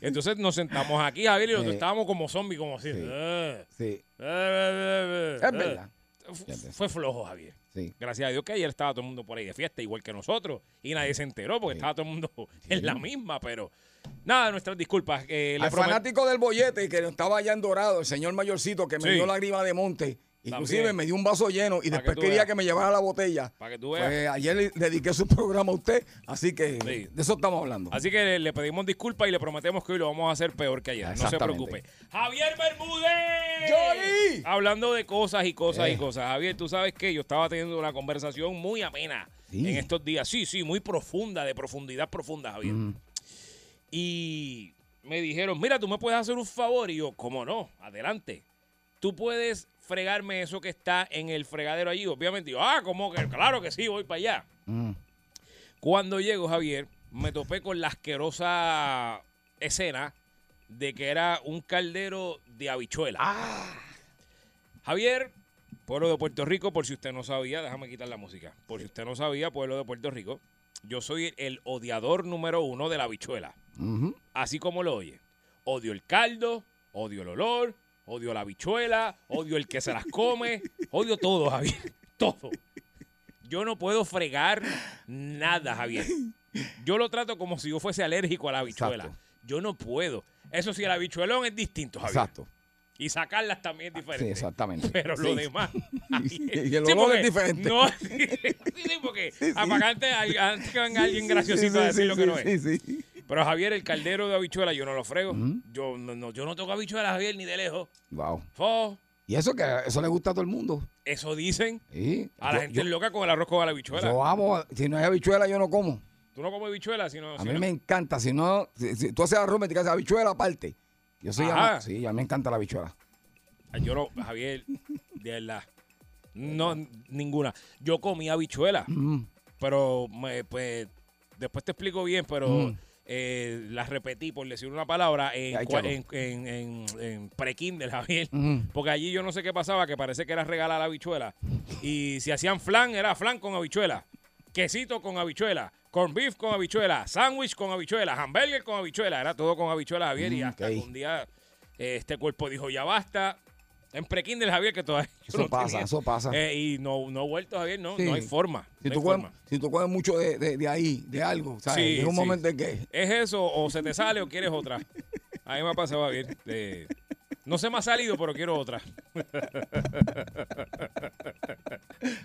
[SPEAKER 5] Entonces nos sentamos aquí, Javier, y nosotros
[SPEAKER 3] Sí.
[SPEAKER 5] estábamos como zombies, como así.
[SPEAKER 3] Sí.
[SPEAKER 5] "Eh,
[SPEAKER 3] Sí,
[SPEAKER 5] eh, eh, eh,
[SPEAKER 3] es
[SPEAKER 5] eh".
[SPEAKER 3] verdad.
[SPEAKER 5] F- Fue flojo, Javier.
[SPEAKER 3] Sí.
[SPEAKER 5] Gracias a Dios que ayer estaba todo el mundo por ahí de fiesta, igual que nosotros, y nadie se enteró porque estaba todo el mundo en la misma, pero nada, nuestras disculpas. eh, le
[SPEAKER 6] Al
[SPEAKER 5] promet-
[SPEAKER 6] fanático del bollete que estaba allá en Dorado, el señor mayorcito que me
[SPEAKER 5] Sí.
[SPEAKER 6] dio lágrima de monte. Inclusive
[SPEAKER 5] También.
[SPEAKER 6] me dio un vaso lleno y
[SPEAKER 5] Pa' que
[SPEAKER 6] después
[SPEAKER 5] tú
[SPEAKER 6] quería
[SPEAKER 5] veas.
[SPEAKER 6] que me llevara la botella.
[SPEAKER 5] Pa' que tú veas.
[SPEAKER 6] Pues, ayer le dediqué su programa a usted, así que
[SPEAKER 5] Sí.
[SPEAKER 6] de eso estamos hablando.
[SPEAKER 5] Así que le, le pedimos disculpas y le prometemos que hoy lo vamos a hacer peor que ayer. No se
[SPEAKER 3] Exactamente.
[SPEAKER 5] preocupe. Javier Bermúdez.
[SPEAKER 6] ¡Johnny!
[SPEAKER 5] Hablando de cosas y cosas
[SPEAKER 3] Eh.
[SPEAKER 5] y cosas. Javier, tú sabes que yo estaba teniendo una conversación muy amena
[SPEAKER 3] Sí.
[SPEAKER 5] en estos días. Sí, sí, muy profunda, de profundidad profunda, Javier.
[SPEAKER 3] Mm.
[SPEAKER 5] Y me dijeron, mira, tú me puedes hacer un favor. Y yo, ¿cómo no? Adelante. Tú puedes fregarme eso que está en el fregadero allí. Obviamente, yo, ah, ¿cómo que? Claro que sí, voy para allá.
[SPEAKER 3] Mm.
[SPEAKER 5] Cuando llego, Javier, me topé con la asquerosa escena de que era un caldero de habichuela. Javier, pueblo de Puerto Rico, por si usted no sabía, déjame quitar la música. Por si usted no sabía, pueblo de Puerto Rico, yo soy el odiador número uno de la habichuela. Así como lo oye. Odio el caldo, odio el olor, odio la habichuela, odio el que se las come, odio todo, Javier. Todo. Yo no puedo fregar nada, Javier. Yo lo trato como si yo fuese alérgico a la habichuela.
[SPEAKER 3] Exacto.
[SPEAKER 5] Yo no puedo. Eso sí, el habichuelón es distinto, Javier.
[SPEAKER 3] Exacto.
[SPEAKER 5] Y sacarlas también es diferente.
[SPEAKER 3] Sí, exactamente.
[SPEAKER 5] Pero lo
[SPEAKER 3] Sí.
[SPEAKER 5] demás.
[SPEAKER 6] y el olor es diferente.
[SPEAKER 5] No, sí, sí, porque apagante al- antes que venga alguien graciosito a decir lo que no es.
[SPEAKER 6] Sí, sí.
[SPEAKER 5] Pero Javier, el caldero de habichuela, yo no lo frego. yo, no, no, yo no toco habichuela, Javier, ni de lejos.
[SPEAKER 3] Wow.
[SPEAKER 5] Fo,
[SPEAKER 3] Y eso que eso le gusta a todo el mundo.
[SPEAKER 5] eso dicen.
[SPEAKER 3] Sí.
[SPEAKER 5] A la
[SPEAKER 3] Yo-
[SPEAKER 5] gente
[SPEAKER 3] yo-
[SPEAKER 5] es loca con el arroz con la habichuela.
[SPEAKER 3] Yo amo, si no hay habichuela, yo no como.
[SPEAKER 5] Tú no comes habichuela, sino.
[SPEAKER 3] A
[SPEAKER 5] sino-
[SPEAKER 3] mí me encanta, si no, si, si tú haces arroz, me tiras habichuela aparte. Yo soy
[SPEAKER 5] Ajá.
[SPEAKER 3] ama- sí, a mí me encanta la habichuela.
[SPEAKER 5] Ay, Yo no, Javier, de verdad. No, ninguna. Yo comí habichuela.
[SPEAKER 3] Mm,
[SPEAKER 5] Pero, me- pues, después te explico bien, pero eh, la repetí, por decir una palabra, en,
[SPEAKER 3] Ay,
[SPEAKER 5] cua-
[SPEAKER 3] chavo.
[SPEAKER 5] en, en, en, en pre-Kindle, Javier.
[SPEAKER 3] Ujú.
[SPEAKER 5] Porque allí yo no sé qué pasaba, que parece que era regalar la habichuela. Y si hacían flan, era flan con habichuela. Quesito con habichuela. Corn beef con habichuela. Sándwich con habichuela. Hamburger con habichuela. Era todo con habichuela, Javier. Y
[SPEAKER 3] Mm,
[SPEAKER 5] hasta
[SPEAKER 3] ok.
[SPEAKER 5] que un día eh, este cuerpo dijo, ya basta. En pre-Kindle, Javier, que todavía... yo
[SPEAKER 3] Eso
[SPEAKER 5] no
[SPEAKER 3] pasa,
[SPEAKER 5] tenía.
[SPEAKER 3] eso pasa.
[SPEAKER 5] Eh, y no, no he vuelto, Javier. No,
[SPEAKER 3] Sí.
[SPEAKER 5] no hay forma.
[SPEAKER 3] Si,
[SPEAKER 5] no
[SPEAKER 3] tú
[SPEAKER 5] hay
[SPEAKER 3] comes,
[SPEAKER 5] forma.
[SPEAKER 3] si tú comes mucho de, de- de ahí, de algo, ¿sabes?
[SPEAKER 5] Sí,
[SPEAKER 3] Llega un
[SPEAKER 5] sí.
[SPEAKER 3] momento en que
[SPEAKER 5] ¿Es eso o se te sale o quieres otra? A mí me ha pasado, Javier. eh, no se me ha salido, pero quiero otra.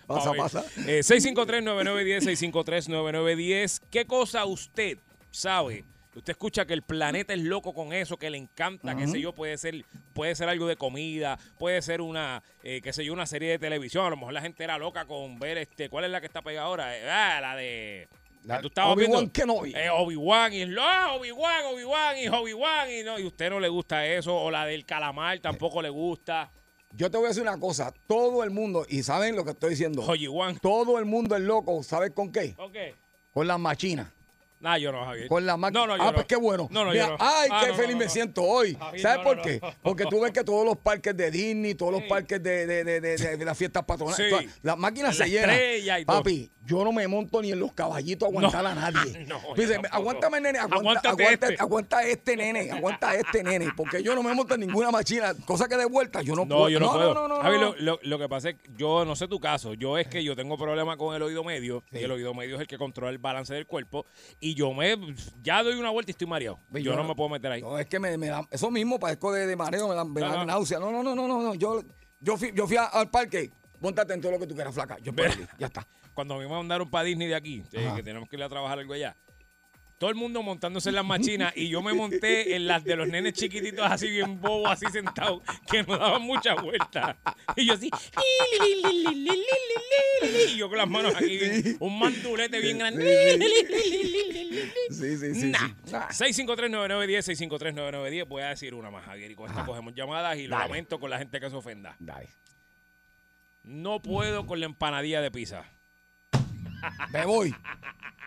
[SPEAKER 6] Pasa,
[SPEAKER 5] A ver,
[SPEAKER 6] pasa.
[SPEAKER 5] eh, 653-9910, 653-9910. ¿Qué cosa usted sabe Usted escucha que el planeta es loco con eso, que le encanta, qué sé yo, puede ser, puede ser algo de comida, puede ser una, eh, qué sé yo, una serie de televisión. A lo mejor la gente era loca con ver este, ¿cuál es la que está pegada ahora? Eh, ah, la de.
[SPEAKER 3] La-
[SPEAKER 5] que tú estabas
[SPEAKER 3] Obi-Wan
[SPEAKER 5] viendo.
[SPEAKER 3] Kenobi.
[SPEAKER 5] Eh, Obi-Wan y no, Obi-Wan, Obi-Wan y Obi-Wan y no, y usted no le gusta eso, o la del calamar tampoco le gusta.
[SPEAKER 3] Yo te voy a decir una cosa, todo el mundo, y saben lo que estoy diciendo,
[SPEAKER 5] Obi-Wan.
[SPEAKER 3] todo el mundo es loco, ¿sabes con qué?
[SPEAKER 5] Ok.
[SPEAKER 3] Con las machinas.
[SPEAKER 5] Nah, yo no, Javier.
[SPEAKER 3] Con la máquina.
[SPEAKER 5] No, no, yo
[SPEAKER 3] ah,
[SPEAKER 5] no.
[SPEAKER 3] pues qué bueno.
[SPEAKER 5] No, no,
[SPEAKER 3] Mira,
[SPEAKER 5] yo no.
[SPEAKER 3] Ay,
[SPEAKER 5] Ah,
[SPEAKER 3] qué
[SPEAKER 5] no, no,
[SPEAKER 3] feliz
[SPEAKER 5] no,
[SPEAKER 3] me
[SPEAKER 5] no.
[SPEAKER 3] siento hoy.
[SPEAKER 5] Javi,
[SPEAKER 3] ¿Sabes
[SPEAKER 5] no,
[SPEAKER 3] por
[SPEAKER 5] no,
[SPEAKER 3] qué?
[SPEAKER 5] no.
[SPEAKER 3] Porque tú ves que todos los parques de Disney, todos los parques de, de, de, de- de las fiestas patronales,
[SPEAKER 5] Sí.
[SPEAKER 3] todas- las máquinas
[SPEAKER 5] La
[SPEAKER 3] se llenan.
[SPEAKER 5] estrella y todo.
[SPEAKER 3] Papi, yo no me monto ni en los caballitos a aguantar a nadie.
[SPEAKER 5] No, yo
[SPEAKER 3] Dice,
[SPEAKER 5] tampoco.
[SPEAKER 3] aguántame, nene, aguanta,
[SPEAKER 5] Aguántate
[SPEAKER 3] aguanta,
[SPEAKER 5] este.
[SPEAKER 3] aguanta este nene, aguanta este nene. Porque yo no me monto en ninguna machina. Cosa que de vuelta yo no,
[SPEAKER 5] No,
[SPEAKER 3] puedo.
[SPEAKER 5] yo no, puedo.
[SPEAKER 3] No, no, no,
[SPEAKER 5] Javi,
[SPEAKER 3] no.
[SPEAKER 5] Lo, lo- lo que pasa es que yo no sé tu caso. Yo es que yo tengo problema con el oído medio. Y el oído medio es el que controla el balance del cuerpo. Y yo me ya doy una vuelta y estoy mareado.
[SPEAKER 3] Pues
[SPEAKER 5] yo
[SPEAKER 3] yo
[SPEAKER 5] no
[SPEAKER 3] no-
[SPEAKER 5] me puedo meter ahí.
[SPEAKER 3] No, es que me, me da, eso mismo padezco de, de mareo, me da, me
[SPEAKER 5] No,
[SPEAKER 3] da
[SPEAKER 5] no.
[SPEAKER 3] náusea. No, no, no, no, no, no. Yo, yo fui, yo fui a- al parque, montate en todo lo que tú quieras, flaca. Yo espero aquí, ya está.
[SPEAKER 5] Cuando a mí me mandaron para Disney de aquí, eh, que tenemos que ir a trabajar algo allá. Todo el mundo montándose en las machinas y yo me monté en las de los nenes chiquititos así bien bobo, así sentado, que no daban muchas vueltas. Y yo así, y yo con las manos aquí, un mandulete bien grande.
[SPEAKER 3] Sí, sí, sí.
[SPEAKER 5] Nah.
[SPEAKER 3] sí. Nah.
[SPEAKER 5] 653-9910, 653-9910. Voy a decir una más, Javier. Y con esta cogemos llamadas y lo
[SPEAKER 3] Dale.
[SPEAKER 5] lamento con la gente que se ofenda.
[SPEAKER 3] Dale.
[SPEAKER 5] No puedo con la empanadilla de pizza.
[SPEAKER 3] Me voy.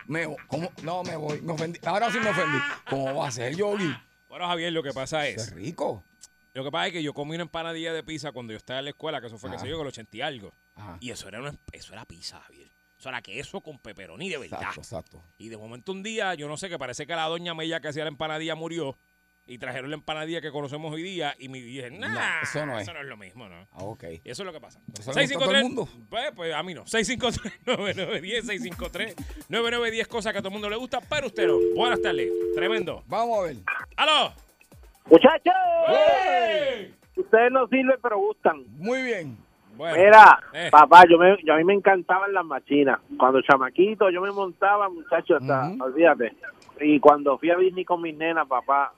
[SPEAKER 3] Me, vo- ¿cómo? No, me voy. Me ofendí. Ahora sí me ofendí. ¿Cómo va a ser, Yogi?
[SPEAKER 5] Bueno, Javier, lo que pasa
[SPEAKER 3] Es
[SPEAKER 5] es.
[SPEAKER 3] rico.
[SPEAKER 5] Lo que pasa es que yo comí una empanadilla de pizza cuando yo estaba en la escuela, que eso fue, que
[SPEAKER 3] Ah.
[SPEAKER 5] sé yo, que lo 80 y algo.
[SPEAKER 3] Ajá.
[SPEAKER 5] Y eso era, una, em, eso era pizza, Javier. Eso era queso con pepperoni de verdad.
[SPEAKER 3] Exacto, exacto.
[SPEAKER 5] Y de momento un día, yo no sé, que parece que la doña Mella que hacía la empanadilla murió y trajeron la empanadilla que conocemos hoy día y me dije, nah,
[SPEAKER 3] No, eso no es.
[SPEAKER 5] eso no es lo mismo, ¿no?
[SPEAKER 3] Ah, ok.
[SPEAKER 5] Y eso es lo que pasa.
[SPEAKER 3] Eso le gusta a todo el mundo.
[SPEAKER 5] Pues, pues a mí no. 653-9910, 653-9910, cosas que a todo el mundo le gusta, pero usted no. Buenas tardes. Tremendo.
[SPEAKER 3] Vamos a ver.
[SPEAKER 5] ¡Aló!
[SPEAKER 7] Muchachos,
[SPEAKER 5] ¡Ey!
[SPEAKER 7] ustedes no sirven, pero gustan.
[SPEAKER 3] Muy bien.
[SPEAKER 5] Bueno,
[SPEAKER 7] Mira,
[SPEAKER 5] eh,
[SPEAKER 7] papá, yo me, yo a mí me encantaban las machinas. Cuando chamaquito yo me montaba, muchachos, hasta,
[SPEAKER 3] Ujú.
[SPEAKER 7] olvídate. Y cuando fui a Disney con mis nenas, papá,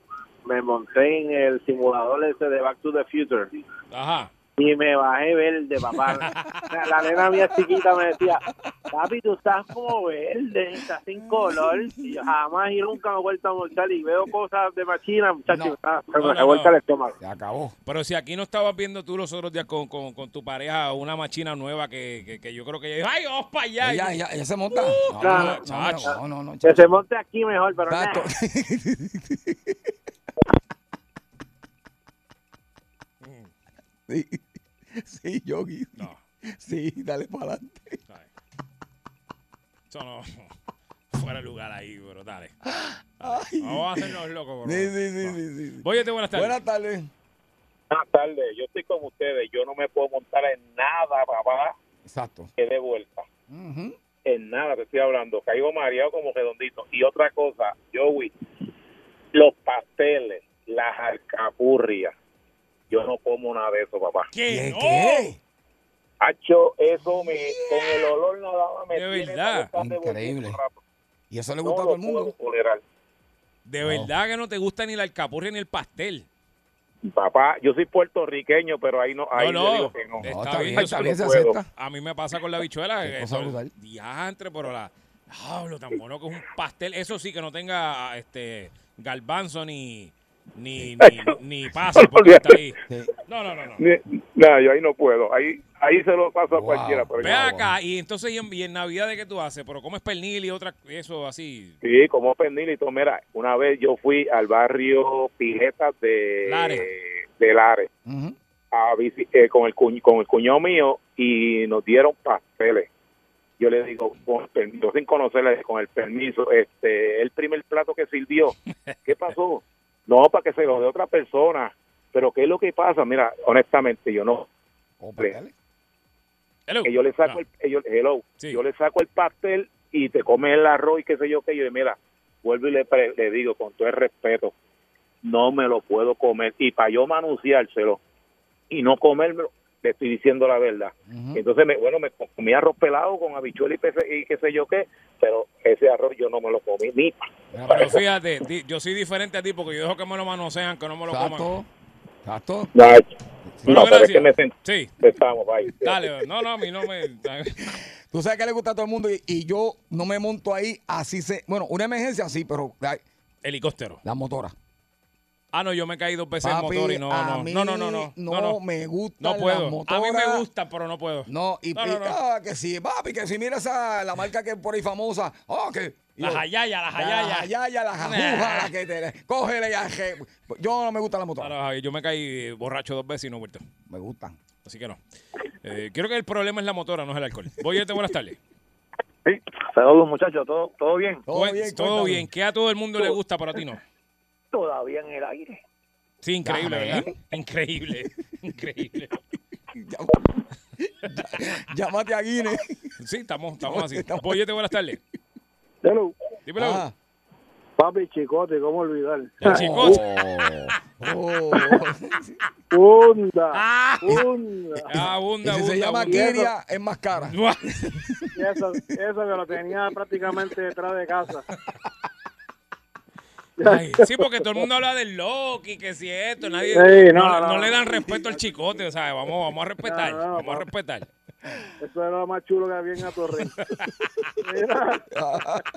[SPEAKER 7] me monté en el simulador ese de Back to the Future.
[SPEAKER 5] Ajá.
[SPEAKER 7] Y me bajé verde, papá. La- La nena mía chiquita me decía, papi, tú estás como verde, estás sin color. Y yo jamás y nunca me he vuelto a montar y veo cosas de machina, muchachos.
[SPEAKER 3] No.
[SPEAKER 7] ah, se
[SPEAKER 5] No,
[SPEAKER 7] me
[SPEAKER 5] no,
[SPEAKER 7] revuelca
[SPEAKER 5] no.
[SPEAKER 7] el estómago.
[SPEAKER 3] Se acabó.
[SPEAKER 5] Pero si aquí no estabas viendo tú los otros días con, con, con tu pareja una machina nueva que, que, que yo creo que ella dijo, ¡ay, vamos para allá!
[SPEAKER 3] Ella, ella, ella se monta. No,
[SPEAKER 7] no,
[SPEAKER 3] no,
[SPEAKER 5] chacho.
[SPEAKER 3] no, no, no,
[SPEAKER 7] Que
[SPEAKER 3] chacho.
[SPEAKER 7] se monte aquí mejor, pero nada.
[SPEAKER 3] Exacto. Sí, sí, Yogi.
[SPEAKER 5] No,
[SPEAKER 3] Sí, dale para adelante.
[SPEAKER 5] dale. Eso no. Fuera de lugar ahí, bro. Dale. Dale. Vamos a hacernos locos, bro.
[SPEAKER 3] Sí, sí, sí, sí, sí, sí.
[SPEAKER 5] Oye, buenas tardes.
[SPEAKER 3] Buenas tardes.
[SPEAKER 7] Buenas tardes, yo estoy con ustedes, yo no me puedo montar en nada, papá,
[SPEAKER 3] Exacto.
[SPEAKER 7] que de vuelta.
[SPEAKER 3] Ujú.
[SPEAKER 7] En nada te estoy hablando, caigo mareado como redondito. Y otra cosa, Joey, los pasteles, las alcapurrias, yo no como nada de eso, papá.
[SPEAKER 5] ¿Qué?
[SPEAKER 3] ¿Qué,
[SPEAKER 5] ¡No!
[SPEAKER 3] qué?
[SPEAKER 7] Hacho, eso me, con el olor nada más me
[SPEAKER 5] De verdad.
[SPEAKER 7] para estar
[SPEAKER 3] Increíble.
[SPEAKER 7] devolviendo rápido.
[SPEAKER 3] ¿Y eso le
[SPEAKER 7] No
[SPEAKER 3] gusta a
[SPEAKER 7] lo
[SPEAKER 3] todo el mundo?
[SPEAKER 7] puedo tolerar.
[SPEAKER 5] De
[SPEAKER 3] No.
[SPEAKER 5] verdad que no te gusta ni la alcapurria ni el pastel.
[SPEAKER 7] Papá, yo soy puertorriqueño, pero ahí no, ahí
[SPEAKER 5] No, no.
[SPEAKER 7] le digo que no.
[SPEAKER 5] Eh,
[SPEAKER 3] No,
[SPEAKER 5] Está
[SPEAKER 3] está
[SPEAKER 5] bien,
[SPEAKER 3] bien,
[SPEAKER 5] yo
[SPEAKER 3] está
[SPEAKER 5] se
[SPEAKER 3] bien, se
[SPEAKER 7] lo puedo.
[SPEAKER 3] acepta.
[SPEAKER 5] A mí me pasa con la bichuela.
[SPEAKER 3] Qué
[SPEAKER 5] que
[SPEAKER 3] cosa
[SPEAKER 5] eso-
[SPEAKER 3] brutal.
[SPEAKER 5] Diantre, pero la. Diablo, tan bueno que es un pastel. Eso sí, que no tenga este garbanzo ni. Ni, ni, ni pasa porque está ahí.
[SPEAKER 3] Sí.
[SPEAKER 5] No, no, no, no.
[SPEAKER 7] No, yo ahí no puedo, ahí, ahí se lo paso a
[SPEAKER 3] Wow.
[SPEAKER 7] cualquiera. Pero yo
[SPEAKER 5] Ve
[SPEAKER 7] no.
[SPEAKER 5] acá, y entonces, ¿y en, y en Navidad de qué tú haces? Pero comes pernil y otra, eso así.
[SPEAKER 7] Sí, como Penilito, mira, una vez yo fui al barrio Pijetas de
[SPEAKER 5] Lares.
[SPEAKER 7] de Lares
[SPEAKER 3] Ujú.
[SPEAKER 7] a visi- eh, con el cuñ- con el cuñado mío y nos dieron pasteles. Yo le digo, con el permiso, sin conocerle, con el permiso, este, el primer plato que sirvió, ¿qué pasó? No, para que se lo dé otra persona. Pero ¿qué es lo que pasa? Mira, honestamente, yo no
[SPEAKER 3] O pasteles.
[SPEAKER 5] Hello.
[SPEAKER 7] que yo le saco
[SPEAKER 5] No.
[SPEAKER 7] el, que yo, hello,
[SPEAKER 5] Ah. Sí.
[SPEAKER 7] yo le saco el pastel y te comes el arroz y qué sé yo qué yo y mira vuelvo y le, pre- le digo con todo el respeto no me lo puedo comer y para yo manunciárselo y no comérmelo le estoy diciendo la verdad. Entonces, me, bueno, me comí arroz pelado con habichuela y, pese- y qué sé yo qué, pero ese arroz yo no me lo comí ni pa-
[SPEAKER 5] Ah, Pero fíjate, di- yo soy diferente a ti porque yo dejo que me lo manosean, que no me lo coman.
[SPEAKER 3] Exacto. Exacto.
[SPEAKER 7] Nah,
[SPEAKER 5] Pero
[SPEAKER 7] no, pero es
[SPEAKER 5] gracias.
[SPEAKER 7] que me sent-
[SPEAKER 5] Sí,
[SPEAKER 7] Estamos, bye.
[SPEAKER 5] dale. No, no, a mí no me...
[SPEAKER 3] Tú sabes que le gusta a todo el mundo y, y yo no me monto ahí así se... Bueno, una emergencia sí, pero la,
[SPEAKER 5] Helicóptero.
[SPEAKER 3] la motora.
[SPEAKER 5] Ah, no, yo me he caído dos veces en
[SPEAKER 3] Papi,
[SPEAKER 5] motor y no,
[SPEAKER 3] a
[SPEAKER 5] no,
[SPEAKER 3] mí
[SPEAKER 5] no, no, no, no, no, no.
[SPEAKER 3] me gusta
[SPEAKER 5] No puedo. A mí me
[SPEAKER 3] gusta
[SPEAKER 5] gusta, pero no puedo.
[SPEAKER 3] No, y,
[SPEAKER 5] No,
[SPEAKER 3] y-
[SPEAKER 5] no, no.
[SPEAKER 3] ah, que sí, papi, que si mira esa, la marca que por ahí famosa. Ah, que. y
[SPEAKER 5] La
[SPEAKER 3] yo,
[SPEAKER 5] jayaya, la
[SPEAKER 3] La
[SPEAKER 5] jayaya.
[SPEAKER 3] jayaya, la jajuja,
[SPEAKER 5] Nah.
[SPEAKER 3] la que te. Cógele y aje- Yo no me gusta la motora.
[SPEAKER 5] Claro, Javi, yo me caí borracho dos veces y no he vuelto.
[SPEAKER 3] Me gustan.
[SPEAKER 5] Así que no. Eh, creo que el problema es la motora, no es el alcohol. Boyete, buenas tardes.
[SPEAKER 7] Sí, saludos muchachos, ¿todo, todo bien?
[SPEAKER 3] Todo
[SPEAKER 5] Buen-
[SPEAKER 3] bien,
[SPEAKER 5] todo
[SPEAKER 3] cuéntame.
[SPEAKER 5] bien. ¿Qué a todo el mundo le gusta, pero a ti no?
[SPEAKER 7] Todavía en el aire.
[SPEAKER 5] Sí, increíble,
[SPEAKER 3] Dame.
[SPEAKER 5] ¿verdad? Increíble, increíble.
[SPEAKER 3] Llámate a Guinness.
[SPEAKER 5] Sí, estamos, estamos así. Boyete, buenas tardes.
[SPEAKER 7] Hello.
[SPEAKER 5] Dímelo.
[SPEAKER 3] Ah,
[SPEAKER 7] Papi Chicote, ¿cómo olvidar?
[SPEAKER 5] El chicote.
[SPEAKER 3] oh.
[SPEAKER 7] Onda, onda.
[SPEAKER 5] Ah,
[SPEAKER 3] Y
[SPEAKER 5] Abunda,
[SPEAKER 3] si se
[SPEAKER 5] abunda,
[SPEAKER 3] llama
[SPEAKER 5] abunda.
[SPEAKER 3] Kiria, es más cara.
[SPEAKER 5] Buah.
[SPEAKER 7] Eso, eso que lo tenía prácticamente detrás de casa.
[SPEAKER 5] Ay, sí, porque todo el mundo habla del Loki, que si esto, nadie.
[SPEAKER 7] Sí,
[SPEAKER 5] no,
[SPEAKER 7] no,
[SPEAKER 5] no
[SPEAKER 7] no.
[SPEAKER 5] le dan respeto al chicote, o sea, vamos, vamos a respetar.
[SPEAKER 7] No, no,
[SPEAKER 5] vamos a
[SPEAKER 7] no.
[SPEAKER 5] respetar.
[SPEAKER 7] Eso era lo más chulo que había en la torre. Mira,